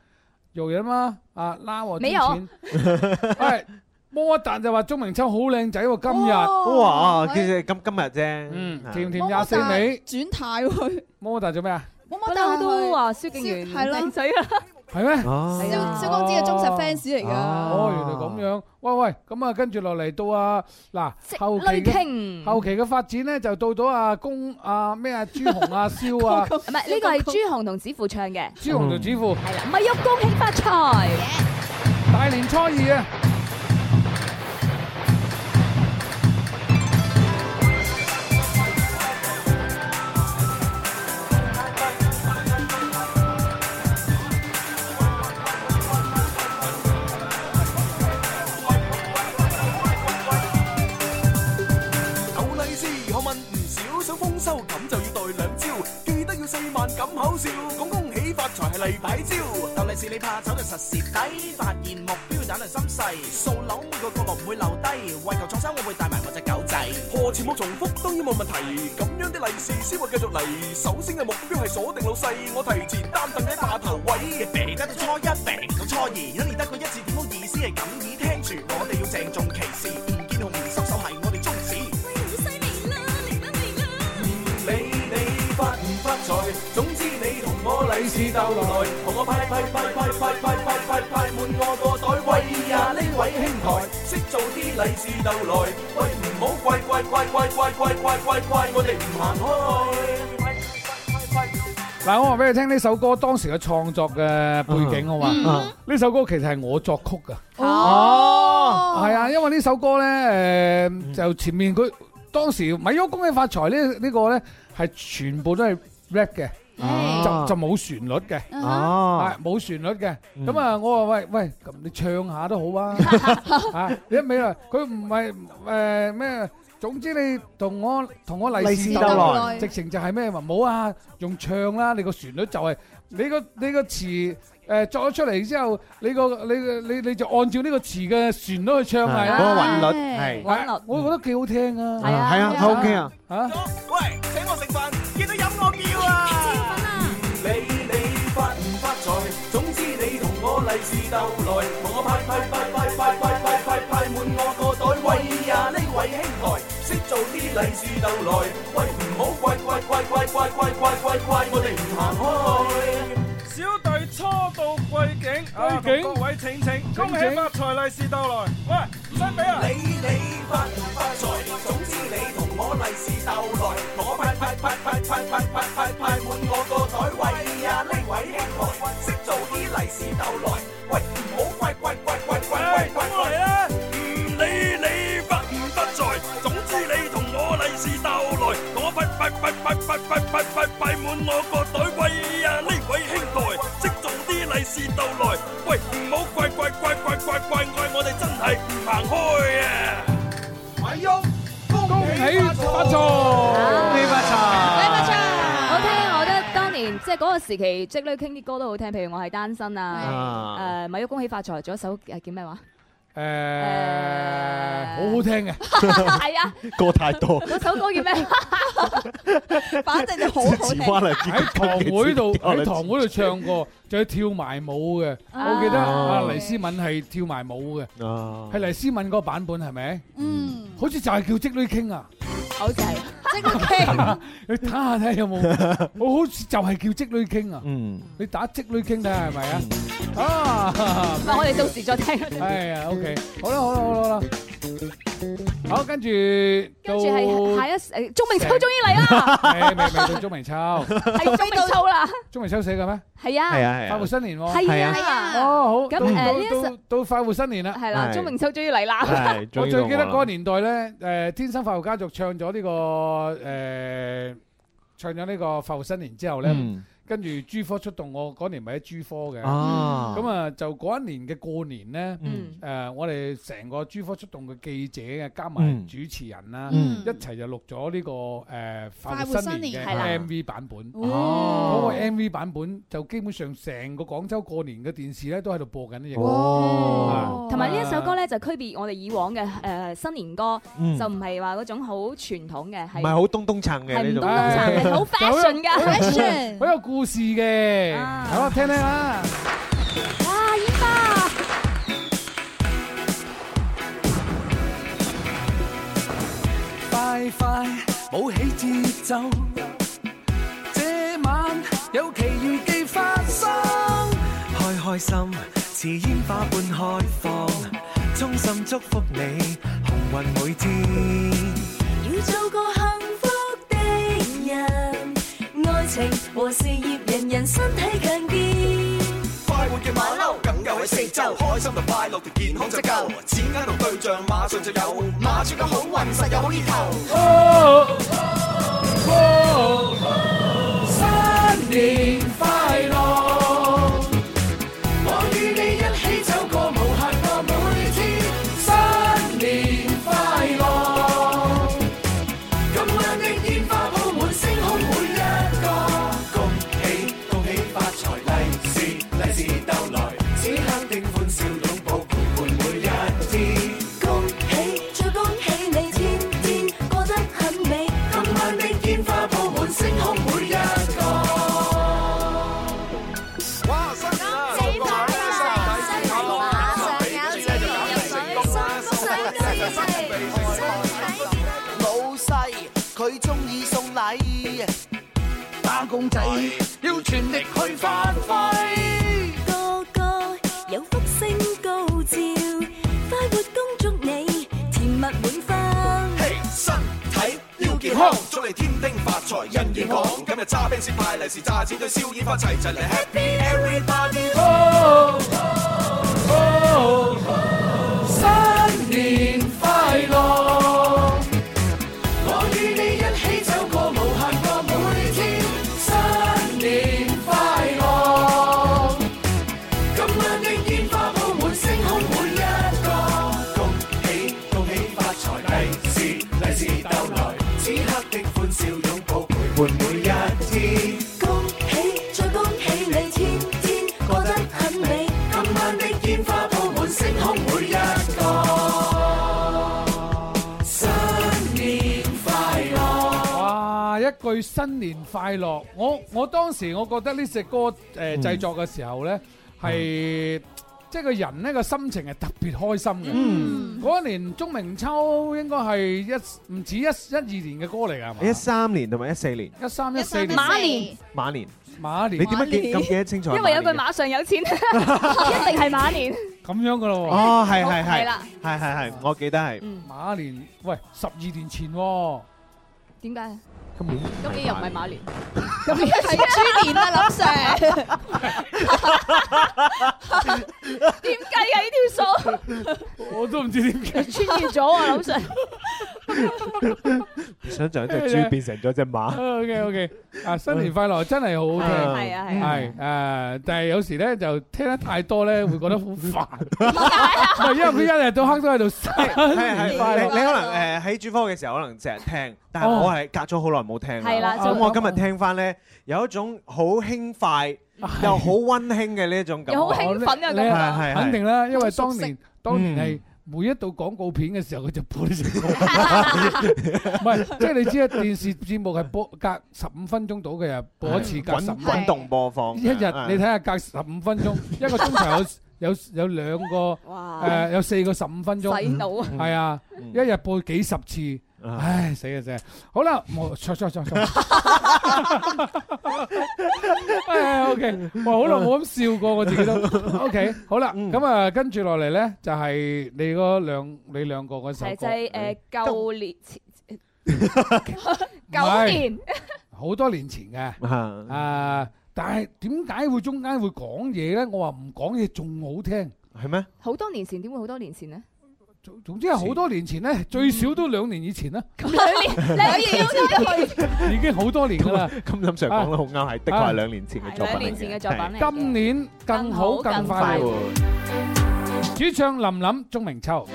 Speaker 5: 有人嘛？啊，拉我
Speaker 3: 沒
Speaker 5: 啲
Speaker 3: 有
Speaker 5: 錢。 [LAUGHS] 喂，摩一達就話鍾明秋好靚仔喎，今
Speaker 8: 哦
Speaker 5: 日
Speaker 10: 哇！其實今今日啫，
Speaker 5: 嗯
Speaker 10: 係
Speaker 5: 甜甜廿四
Speaker 8: à,
Speaker 5: 尾。
Speaker 8: 轉態喎，
Speaker 5: 摩一達做咩啊？
Speaker 8: 冇乜
Speaker 3: 大家
Speaker 8: 但
Speaker 3: 都話蕭敬元
Speaker 8: 係咯
Speaker 3: 靚仔啊，
Speaker 5: 係咩？
Speaker 10: 哦，
Speaker 8: 蕭蕭公子嘅忠實 fans 嚟㗎，
Speaker 5: 哦，原來咁樣。喂喂，咁啊，跟住落嚟到啊，嗱後期
Speaker 3: 雷
Speaker 5: 嘅嗯
Speaker 3: 傾。
Speaker 5: 後期嘅發展咧，就到到啊公啊咩啊朱紅 [LAUGHS] 啊蕭啊，
Speaker 3: [LAUGHS] 唔係呢個係朱紅同子父唱嘅，
Speaker 5: 朱紅就指父。
Speaker 3: 係啦，唔係喐恭喜發財。
Speaker 5: 大年初二啊！
Speaker 1: 有利是我問唔少，想豐收咁就要袋兩招，記得要四萬咁口笑，講恭喜發財係例牌招。有利是你怕醜就實蝕底，發現目標蛋量心細，掃樓每個角落唔會留低，為求創收我會帶埋我隻狗仔。
Speaker 9: 破前冇重複當然冇問題，咁樣啲利是先會繼續嚟。首先嘅目標係鎖定老細，我提前擔凳喺霸頭位。
Speaker 1: 病得到初一，病到初二，一年得佢一次，點好意思係咁意？聽住我哋要鄭重其事，唔見紅唔收手係我哋宗旨。
Speaker 9: 你你發唔發財？總之你同我利是鬥來，同我派派派派派派派派派滿我個袋。喂呀呢位兄台，識做啲利是鬥來，喂唔好怪怪怪怪怪怪怪怪怪，我哋唔行開。
Speaker 5: 嗱，我話俾你聽，呢首歌當時嘅創作嘅背景，好嘛？
Speaker 10: 嗯
Speaker 5: 呢首歌其實係我作曲噶，
Speaker 8: 哦
Speaker 5: 係啊，因為呢首歌咧，
Speaker 10: 嗯
Speaker 5: 誒就前面佢當時咪喐恭喜發財呢呢個咧係全部都係 rap 嘅，
Speaker 10: 啊
Speaker 5: 就就冇旋律嘅，
Speaker 10: 哦
Speaker 5: 係，冇旋律嘅。咁啊，我話喂喂，咁你唱下都好啊，啊你一味啊，佢唔係誒咩？總之你同我同我利是
Speaker 10: 利是
Speaker 5: 鬥
Speaker 10: 鬥來
Speaker 5: 來。
Speaker 8: 來
Speaker 5: 直情就係咩話冇啊，用唱啦，你個旋律就係、你個你個詞。誒作咗出嚟之後，你個你個你你就按照呢個詞嘅旋律去唱係啦，
Speaker 10: 嗰個韻律係
Speaker 3: 韻律
Speaker 5: 我覺得幾好聽
Speaker 3: 係
Speaker 5: 啊！
Speaker 3: 啊
Speaker 10: 係啊
Speaker 3: 係啊
Speaker 10: 係，OK 啊，
Speaker 5: 嚇，
Speaker 1: 喂，請我食飯，見到飲我叫啊！
Speaker 9: 你你發唔發財？總之你同我利是鬥來，同我派派派派派派派派派滿我個袋。喂呀呢位兄台，識做啲利是鬥來，喂唔好怪怪怪怪怪怪怪怪怪，我哋唔行開。
Speaker 11: 小弟初到貴境，啊
Speaker 5: 貴境
Speaker 11: 同各位請請，恭喜發財，利是到來。喂，唔使俾啊！
Speaker 9: 你你發唔發財？總之你同我利是鬥來，同我派派派派派派派派派滿我個袋。喂呀，呢位兄台，識做啲利是鬥來，喂唔好怪怪怪怪怪怪怪怪啦！唔理你發唔發財，總之你同我利是鬥來，同我派派派派派派派派派滿我個袋。喂呀，呢位兄台，識做啲利是鬥來，喂唔好怪怪怪怪怪怪怪，我哋真係唔行開啊！
Speaker 5: 恭喜發財！
Speaker 10: 恭喜發財
Speaker 3: 好聽，我覺得當年即係嗰個時期 j a c k l e 傾啲歌都好聽，譬如我係單身啊，
Speaker 10: 啊！
Speaker 3: 誒咪喐恭喜發財，仲有一首誒叫咩話？
Speaker 5: 好好聽嘅，
Speaker 3: 係啊，
Speaker 10: [LAUGHS] 歌太多，
Speaker 3: 嗰首歌叫咩？
Speaker 8: 反正就好好聽。
Speaker 5: 喺堂會度喺堂會度唱過，仲要跳埋舞嘅。
Speaker 8: 啊
Speaker 5: 我記得啊黎思敏係跳埋舞嘅，
Speaker 10: 啊
Speaker 5: 係黎思敏嗰個版本係咪？
Speaker 8: 嗯，
Speaker 5: 好似就係叫積女傾啊！
Speaker 8: 好似係即係
Speaker 5: 你打下睇有冇？我好似就係叫積女傾啊！
Speaker 10: 嗯，
Speaker 5: 你打積女傾睇下係咪啊？啊！
Speaker 3: 唔係我哋到時再聽。
Speaker 5: 係啊，OK，好啦，好啦，好啦，好啦，好，跟住跟
Speaker 3: 跟住係下一誒鐘明秋終於嚟啦，
Speaker 5: 未未未到鐘明秋，
Speaker 3: 係鐘明秋啦，
Speaker 5: 鐘明秋寫嘅咩？
Speaker 3: 係啊，
Speaker 5: 快活新年喎，
Speaker 3: 係啊，係啊，
Speaker 5: 哦好，
Speaker 3: 咁
Speaker 5: 到
Speaker 3: 誒
Speaker 10: 呃
Speaker 3: 呢一
Speaker 5: 到
Speaker 3: 首
Speaker 5: 到到快活新年啦，
Speaker 3: 係啦，鐘明秋終於嚟啦，
Speaker 5: 我最記得嗰個年代咧，誒天生快活家族唱咗呢個誒唱咗呢個快活新年之後咧
Speaker 10: 嗯。
Speaker 5: 跟住珠科出動，我嗰年咪喺珠科嘅，
Speaker 10: 啊
Speaker 5: 咁啊就嗰一年嘅過年咧，
Speaker 10: 嗯
Speaker 5: 誒我哋成個珠科出動嘅記者嘅加埋
Speaker 10: 嗯
Speaker 5: 主持人啦，
Speaker 10: 嗯
Speaker 5: 一齊就錄咗呢個誒快活
Speaker 10: 快活
Speaker 5: 新
Speaker 10: 新
Speaker 5: 年
Speaker 10: 年
Speaker 5: 嘅
Speaker 10: 係啦
Speaker 5: MV 版本，嗰
Speaker 10: 哦
Speaker 5: 個 MV 版本就基本上成個廣州過年嘅電視咧都喺度播緊呢隻歌，
Speaker 10: 哦
Speaker 5: 啊
Speaker 3: 同埋呢一首歌咧就區別我哋以往嘅誒新年歌，
Speaker 10: 嗯
Speaker 3: 就唔係話嗰種好傳統嘅，
Speaker 10: 唔係好東東撐嘅呢種，
Speaker 3: 係好 fashion 㗎
Speaker 5: 好有
Speaker 3: [LAUGHS] fashion
Speaker 5: 好有故事嘅，好啊聽聽啦。
Speaker 3: 哇煙花！
Speaker 1: 快快舞起節奏，這晚有奇遇記發生，
Speaker 9: 開開心，似煙花般開放，衷心祝福你，鴻運每天。
Speaker 6: 要做個幸福的人，愛情和事業人人身體強健。
Speaker 12: 快活嘅馬騮，梗有喺四周，開心同快樂同健康就夠。錢啱同對象馬上就有，馬出嘅好運實有好意頭。
Speaker 1: 新年快樂！我與你一起走過無限個每天，新年快樂！今晚的煙花鋪滿星空每一個，恭喜恭喜發財，利是利是到來，此刻的歡笑擁抱陪伴每一天。
Speaker 6: 恭喜，最恭喜你天天過得很美。
Speaker 1: 今晚的煙花鋪滿星空每一個。哇！新年啊，祝各位身體健康啦，俾錢咧就減肥成功啦，收得正就身體
Speaker 13: 老細佢中意送禮，打工仔要全力去發揮。
Speaker 6: 個個有福星高照，快活恭祝你甜蜜滿分。
Speaker 12: 嘿，身體要健康，祝你天丁發財，人緣廣。今日揸 b 士派利是，炸錢堆燒煙花，齊齊嚟 Happy Everybody！
Speaker 1: 好好新年快樂！我與你一起走過無限個每天，新年快樂！今晚的煙花鋪滿星空每一個，恭喜恭喜發財，利是利是到來，此刻的歡笑擁抱陪伴每一天。
Speaker 6: 恭喜，再恭喜你天天過得很美。
Speaker 1: 今晚的煙花鋪滿星空每一個，新年快樂！
Speaker 5: 哇！一句新年快樂，我我當時我覺得呢隻歌誒、呃、製作嘅時候呢，係、即係個人呢個心情係特別開心嘅。嗰、年鐘明秋應該係一唔止一一二年嘅歌嚟㗎，係
Speaker 10: 一
Speaker 5: 嘛？
Speaker 10: 三年同埋一四年，
Speaker 5: 一三一四年
Speaker 3: 馬年，
Speaker 10: 馬年，
Speaker 5: 馬年
Speaker 10: 你點解記咁記得清楚？
Speaker 3: 因為有句馬上有錢，一定係馬年。
Speaker 5: 咁樣㗎咯喎。
Speaker 10: 哦，係係
Speaker 3: 係
Speaker 10: 係
Speaker 3: 啦，
Speaker 10: 係係係，我記得係。
Speaker 5: 馬年，喂，十二年前喎、
Speaker 3: 點解？
Speaker 10: 今年
Speaker 3: 今年又唔係馬年，
Speaker 8: 今年係豬年啦，林 Sir。
Speaker 3: 點計啊？呢條數
Speaker 5: 我都唔知點
Speaker 3: 解穿越咗啊，林 [LAUGHS] Sir。
Speaker 10: 想象一隻豬變成咗只馬，
Speaker 5: O K O K，啊新年快樂真係好好聽，
Speaker 10: 係啊係啊
Speaker 5: 係誒，但係有時咧就聽得太多咧，會覺得好煩。唔係因為佢一日到黑都喺度新
Speaker 10: 係係
Speaker 5: 年快
Speaker 10: 你你
Speaker 5: 樂。
Speaker 10: 可能誒喺主科嘅時候可能成日聽，但係
Speaker 5: 哦
Speaker 10: 我係隔咗好耐冇聽啦。
Speaker 5: 係啦就
Speaker 10: 咁我今日聽翻咧，有一種好輕快又好温馨嘅呢一種感覺，
Speaker 5: 又好興奮嘅感覺
Speaker 10: 係係係
Speaker 5: 肯定啦，因為當年當年係每一度廣告片嘅時候，佢就播呢
Speaker 10: [LAUGHS]
Speaker 5: 隻歌。唔係，即係你知啦，電視節目係播隔十五分鐘到嘅，播一次隔
Speaker 10: 滾
Speaker 5: 十
Speaker 10: 滾動播放
Speaker 5: 一日你
Speaker 10: 係
Speaker 5: 睇下隔十五分鐘，一個鐘頭有有有兩個誒有四個十五分鐘，
Speaker 3: 洗腦啊 [LAUGHS]
Speaker 5: 係啊，一日播幾十次，唉死啊真係！好啦，我錯錯錯錯， [LAUGHS] 唉 OK，哇好耐冇咁笑過我自己都 OK，好啦，咁啊跟住落嚟咧就係你嗰兩你兩個嗰首
Speaker 3: 就呃係
Speaker 5: 歌，
Speaker 3: 誒舊年前
Speaker 5: 唔係
Speaker 3: 九年，
Speaker 5: 好多年前嘅，
Speaker 10: 嗯
Speaker 5: À. 啊但係點解會中間會講嘢咧？我話唔講嘢仲好聽，
Speaker 10: 係咩？
Speaker 3: 好多年前點會好多年前呢？
Speaker 5: 總之係好多年前咧，最少都兩年以前啦。
Speaker 3: 兩年兩年以前
Speaker 5: 已經好多年㗎啦。
Speaker 10: 咁林 Sir 講得好啱，係的確係兩年前嘅作品
Speaker 3: 兩年前嘅作品嚟嘅
Speaker 5: 今年更好更快活。主唱林林、鐘明秋。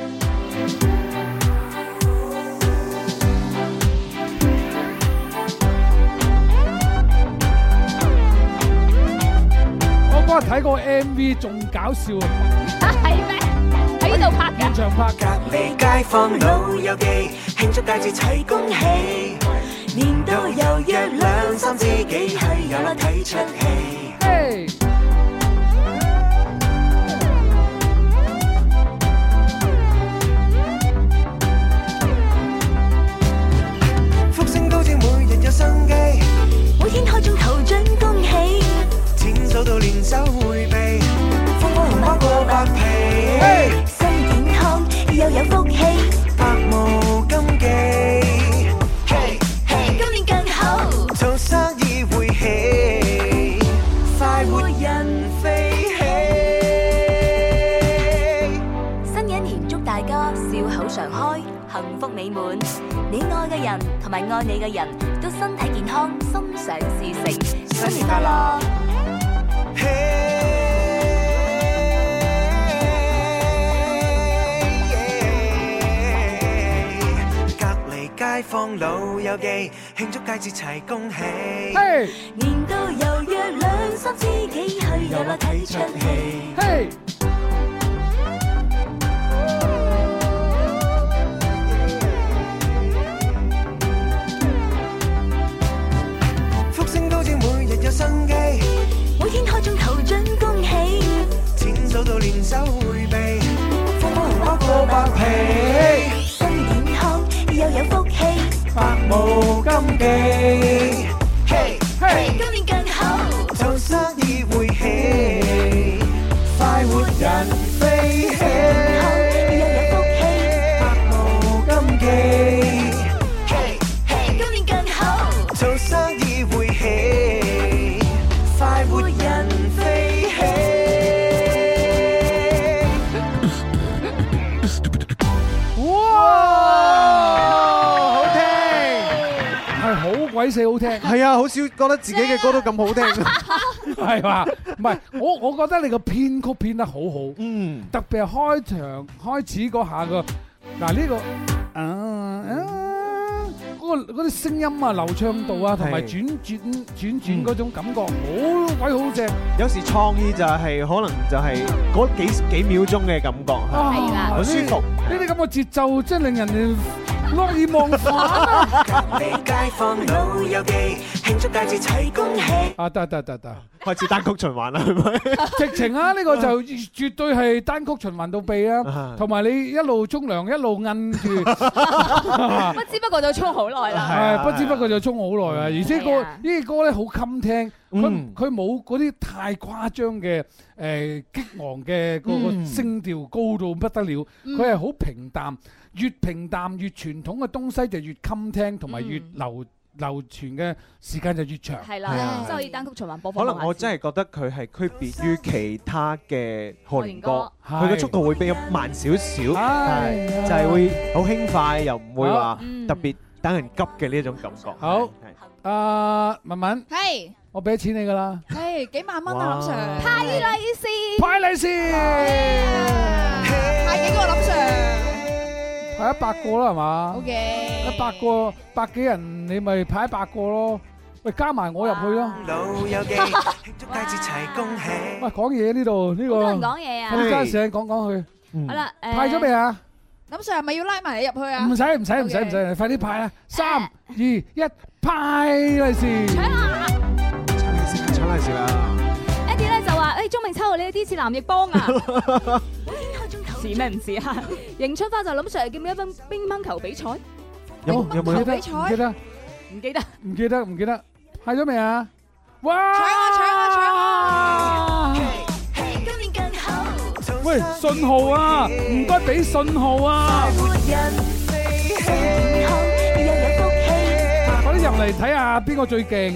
Speaker 5: 我嗰日睇過 MV 仲搞笑啊！
Speaker 3: 係咩？喺呢度拍嘅。
Speaker 5: 現場拍
Speaker 1: 隔離街坊老友記，慶祝佳節齊恭喜。年度又約兩三知己，係有啦睇出戲。
Speaker 5: [LAUGHS] 嘿
Speaker 1: 福星高照，每日有生機。每天開張頭獎恭喜，錢數到連手迴避，風光紅包過百皮。身健康又有福氣，百無禁忌。今年更好，做生意會起，快活人飛起。
Speaker 6: 新嘅一年祝大家笑口常開，幸福美滿。你愛嘅人同埋愛你嘅人都身體健康，心想事成。新年快樂！
Speaker 1: 隔離街坊老友記，慶祝佳節齊恭喜。
Speaker 6: 年度又約兩三知己去遊樂睇場戲。
Speaker 5: 嘿，
Speaker 1: 福星高照，每日有生機。每天開張頭獎恭喜，錢數到連手迴避，風光紅包過百皮。身健康又有福氣，百無禁忌。嘿，今年更好，做生意會起，快活人飛起。又有福氣，百無禁忌。今年更好，做生意會起，快活人飛起。
Speaker 5: 哇，好聽，係好鬼死好聽。
Speaker 10: 係啊，好少覺得自己嘅歌都咁好聽。
Speaker 5: 係嘛？唔係，我我覺得你個編曲編得好好，
Speaker 10: Ừ.
Speaker 5: 嗯，特別係開場開始嗰下個，嗱呢個啊啊嗰個嗰啲聲音啊、流暢度啊，同埋
Speaker 10: 係
Speaker 5: 轉轉轉轉嗰種感覺，好鬼好正。
Speaker 10: 有時創意就係可能就係嗰幾幾秒鐘嘅感覺，
Speaker 5: 係啦
Speaker 10: 好舒服。
Speaker 5: 呢啲咁嘅節奏真係令人哋樂意忘
Speaker 10: [LAUGHS]
Speaker 5: 返。
Speaker 1: 你街坊老友記，慶祝佳節齊恭喜。
Speaker 5: 啊得得得得，
Speaker 10: 開始單曲循環啦，係咪？
Speaker 5: 直情啊！呢個就絕對係單曲循環到痹啊，同埋你一路沖涼一路摁
Speaker 10: [LAUGHS]
Speaker 5: 住。
Speaker 3: 啊不知不覺就衝好耐啦。
Speaker 5: 係不知不覺就衝好耐啊！而且個呢啲歌咧好襟聽，
Speaker 10: Ừ.
Speaker 5: 佢佢冇嗰啲太誇張嘅誒激昂嘅嗰個聲調高到不得了，
Speaker 14: 嗯
Speaker 5: 佢係好平淡，越平淡越傳統嘅東西就越襟聽，同埋越流流傳嘅時間就越長。
Speaker 3: 係
Speaker 10: 係
Speaker 3: 啦
Speaker 10: 啊，
Speaker 3: 即係可以單曲循環播
Speaker 10: 可
Speaker 3: 放。
Speaker 10: 能我真係覺得佢係區別於其他嘅賀年歌，
Speaker 5: 賀年歌
Speaker 10: 佢嘅速度會比較慢少少，係就係會好輕快，又唔會話
Speaker 3: 嗯 Ừ.
Speaker 10: 特別等人急嘅呢一種感覺。
Speaker 5: 好，啊文文，
Speaker 8: 係
Speaker 5: 我俾錢你㗎啦，
Speaker 8: 係幾萬蚊啊，林 Sir！
Speaker 5: 哇
Speaker 8: 派利是，
Speaker 5: 派利是，
Speaker 8: 派幾個林 Sir？
Speaker 5: 派一百個啦係嘛？
Speaker 8: 好
Speaker 5: 一百個百幾人，你咪派一百個咯。喂，加埋我入去咯。
Speaker 1: 老友記，慶祝佳節齊恭喜。
Speaker 5: 喂，講嘢呢度呢個，
Speaker 3: 多人講嘢啊
Speaker 5: 我哋揸時間講講佢。
Speaker 10: Ừ.
Speaker 5: 嗯
Speaker 3: 好啦，誒
Speaker 5: 派咗未啊？
Speaker 8: 林 Sir 係咪要拉埋你入去啊？
Speaker 5: 唔使唔使唔使唔使，你快啲派啊！三二一，派利是。
Speaker 10: 搶利是啦！
Speaker 3: 啊 Eddie 咧就話：，哎誒鐘明秋，你啲似藍奕邦啊！似咩唔似啊？迎春花就諗 Sir 記唔記得乒乒乓球比賽？
Speaker 10: 有冇有冇
Speaker 5: 記得唔記得？
Speaker 3: 唔記得。
Speaker 5: 唔記得唔記得？派咗未啊？哇！喂，信號啊，唔該俾信號啊！快啲入嚟睇下邊個最勁？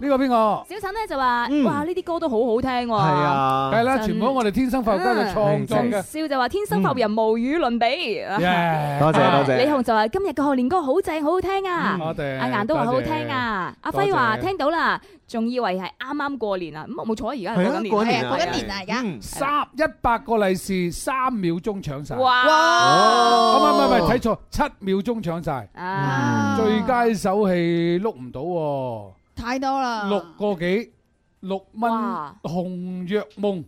Speaker 5: 呢個邊個？
Speaker 3: 小陳咧就話：，
Speaker 10: 嗯
Speaker 3: 哇呢啲歌都好好聽喎！係
Speaker 10: 啊
Speaker 5: 梗係啦，全部都我哋天生發育家嘅創作嘅。
Speaker 3: 笑就話天生浮人無與倫比。啊
Speaker 5: Yeah，
Speaker 10: 嗯多謝多謝
Speaker 3: 李紅就話今日嘅賀年歌好正，好好聽啊！
Speaker 10: 嗯多謝
Speaker 3: 阿顏都話好好聽啊！阿
Speaker 10: 多謝
Speaker 3: 輝話聽到啦，仲以為係啱啱過年啊！咁我冇錯，而家係
Speaker 5: 係啊過
Speaker 3: 過緊
Speaker 5: 年
Speaker 3: 年，
Speaker 5: 啊
Speaker 3: 係啊過緊
Speaker 5: 係
Speaker 3: 年啊而
Speaker 10: 嗯
Speaker 3: 家。
Speaker 5: 三一百個利是，三秒鐘搶晒。
Speaker 3: 哇
Speaker 5: 哦
Speaker 3: 哇
Speaker 5: 唔係唔係唔係，睇錯，七秒鐘搶晒。
Speaker 3: 啊
Speaker 5: 最佳手氣碌唔到喎。
Speaker 8: 太多啦，
Speaker 5: 六個幾六蚊
Speaker 8: 哇
Speaker 5: 紅藥夢，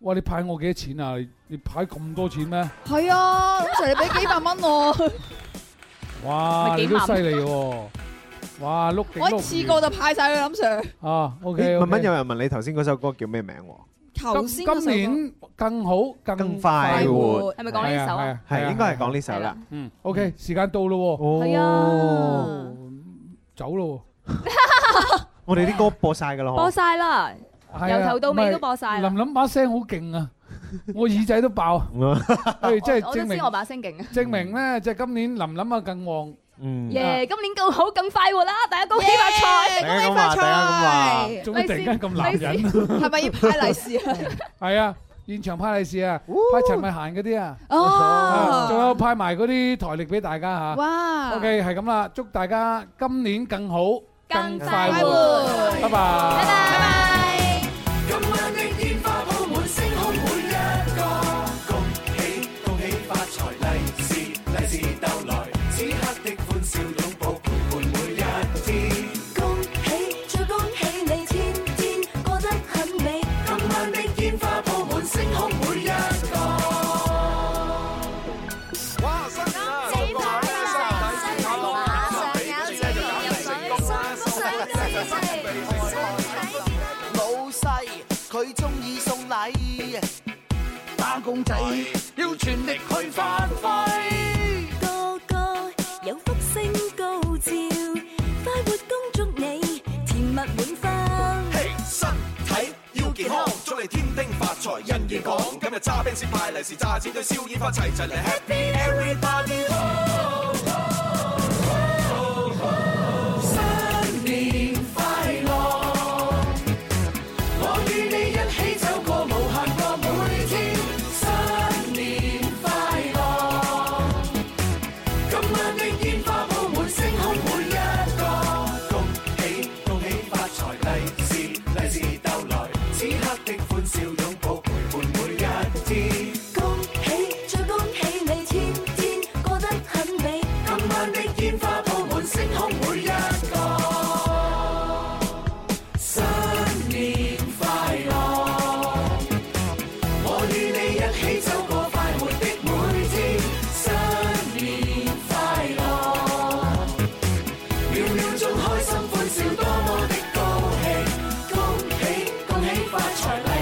Speaker 5: 哇！你派我幾多錢啊？你你派咁多錢咩？
Speaker 8: 係啊，林 Sir 你俾幾百蚊
Speaker 5: [LAUGHS]
Speaker 8: 我，
Speaker 5: 哇！
Speaker 8: 咪
Speaker 5: 你
Speaker 8: 幾
Speaker 5: 都
Speaker 8: 萬
Speaker 5: 犀利喎！哇！碌
Speaker 8: 我一次過就派晒啦，林 Sir。
Speaker 5: 啊
Speaker 10: ，OK。文文有人問你頭先嗰首歌叫咩名喎？
Speaker 8: 頭先嗰首歌
Speaker 5: 今年更好更
Speaker 10: 快活
Speaker 5: 係
Speaker 3: 咪講呢首啊
Speaker 10: 係應該係講呢首啦。哦
Speaker 5: 嗯，OK，時間到咯喎。
Speaker 10: 係啊，
Speaker 5: 哦走咯
Speaker 10: 我哋啲歌播晒㗎啦，
Speaker 3: 播晒啦，
Speaker 5: 喎。
Speaker 3: 由頭到尾都播晒啦。
Speaker 5: 林林把聲好勁啊！我耳仔都爆啊！誒，即係
Speaker 3: 我都
Speaker 5: 證
Speaker 3: 知
Speaker 5: 明
Speaker 3: 我把聲勁啊！
Speaker 5: 證明咧，即係今年林林啊更旺。
Speaker 10: 嗯
Speaker 3: 耶！今年更好更快活啦，大家恭喜發財！
Speaker 5: 大家咁話，大家咁話，做乜突然間咁男人？啊係
Speaker 8: 咪要派利是
Speaker 5: [LAUGHS]
Speaker 8: 啊？
Speaker 5: 係啊，現場派利是啊，派陳慧嫻嗰啲啊，
Speaker 8: 哦
Speaker 5: 啊仲有派埋嗰啲台歷俾大家嚇。
Speaker 8: 哇
Speaker 5: ！OK，係咁啦，祝大家今年更好，更
Speaker 1: 快
Speaker 5: 快
Speaker 1: 活
Speaker 5: 活，拜拜，拜拜。
Speaker 1: 今晚的煙花鋪滿星空每一個，恭喜恭喜發財，利是利是到來，此刻的歡笑擁抱陪伴每一天。
Speaker 6: 恭喜，再恭喜你，天天過得很美。
Speaker 1: 今晚的煙花鋪滿星空每一個。哇！辛苦啦，辛苦啦，辛苦啦，辛苦啦，辛苦啦，辛苦啦，
Speaker 13: 老細佢中意送禮，
Speaker 1: 打工仔要全力去發揮。
Speaker 6: 個個有福星高照，快活恭祝你甜蜜滿分。
Speaker 12: 嘿，身體要健康，祝你天丁發財，人緣廣。今日揸 b e 派利是，炸錢堆燒煙花，齊齊嚟 Happy Everybody！
Speaker 1: 新年快樂！我與你一起走過無限個每天，新年快樂！今晚的煙花佈滿星空每一個，恭喜恭喜發財，利是利是到來，此刻的歡笑擁抱陪伴每一天。
Speaker 6: 恭喜，再恭喜你，天天過得很美。
Speaker 1: 今晚的煙花佈滿星空每一個，新年快樂！我與你一起走過快活的每天，新年快樂！秒秒鐘開心歡笑，多麼的高興！恭喜恭喜發財！利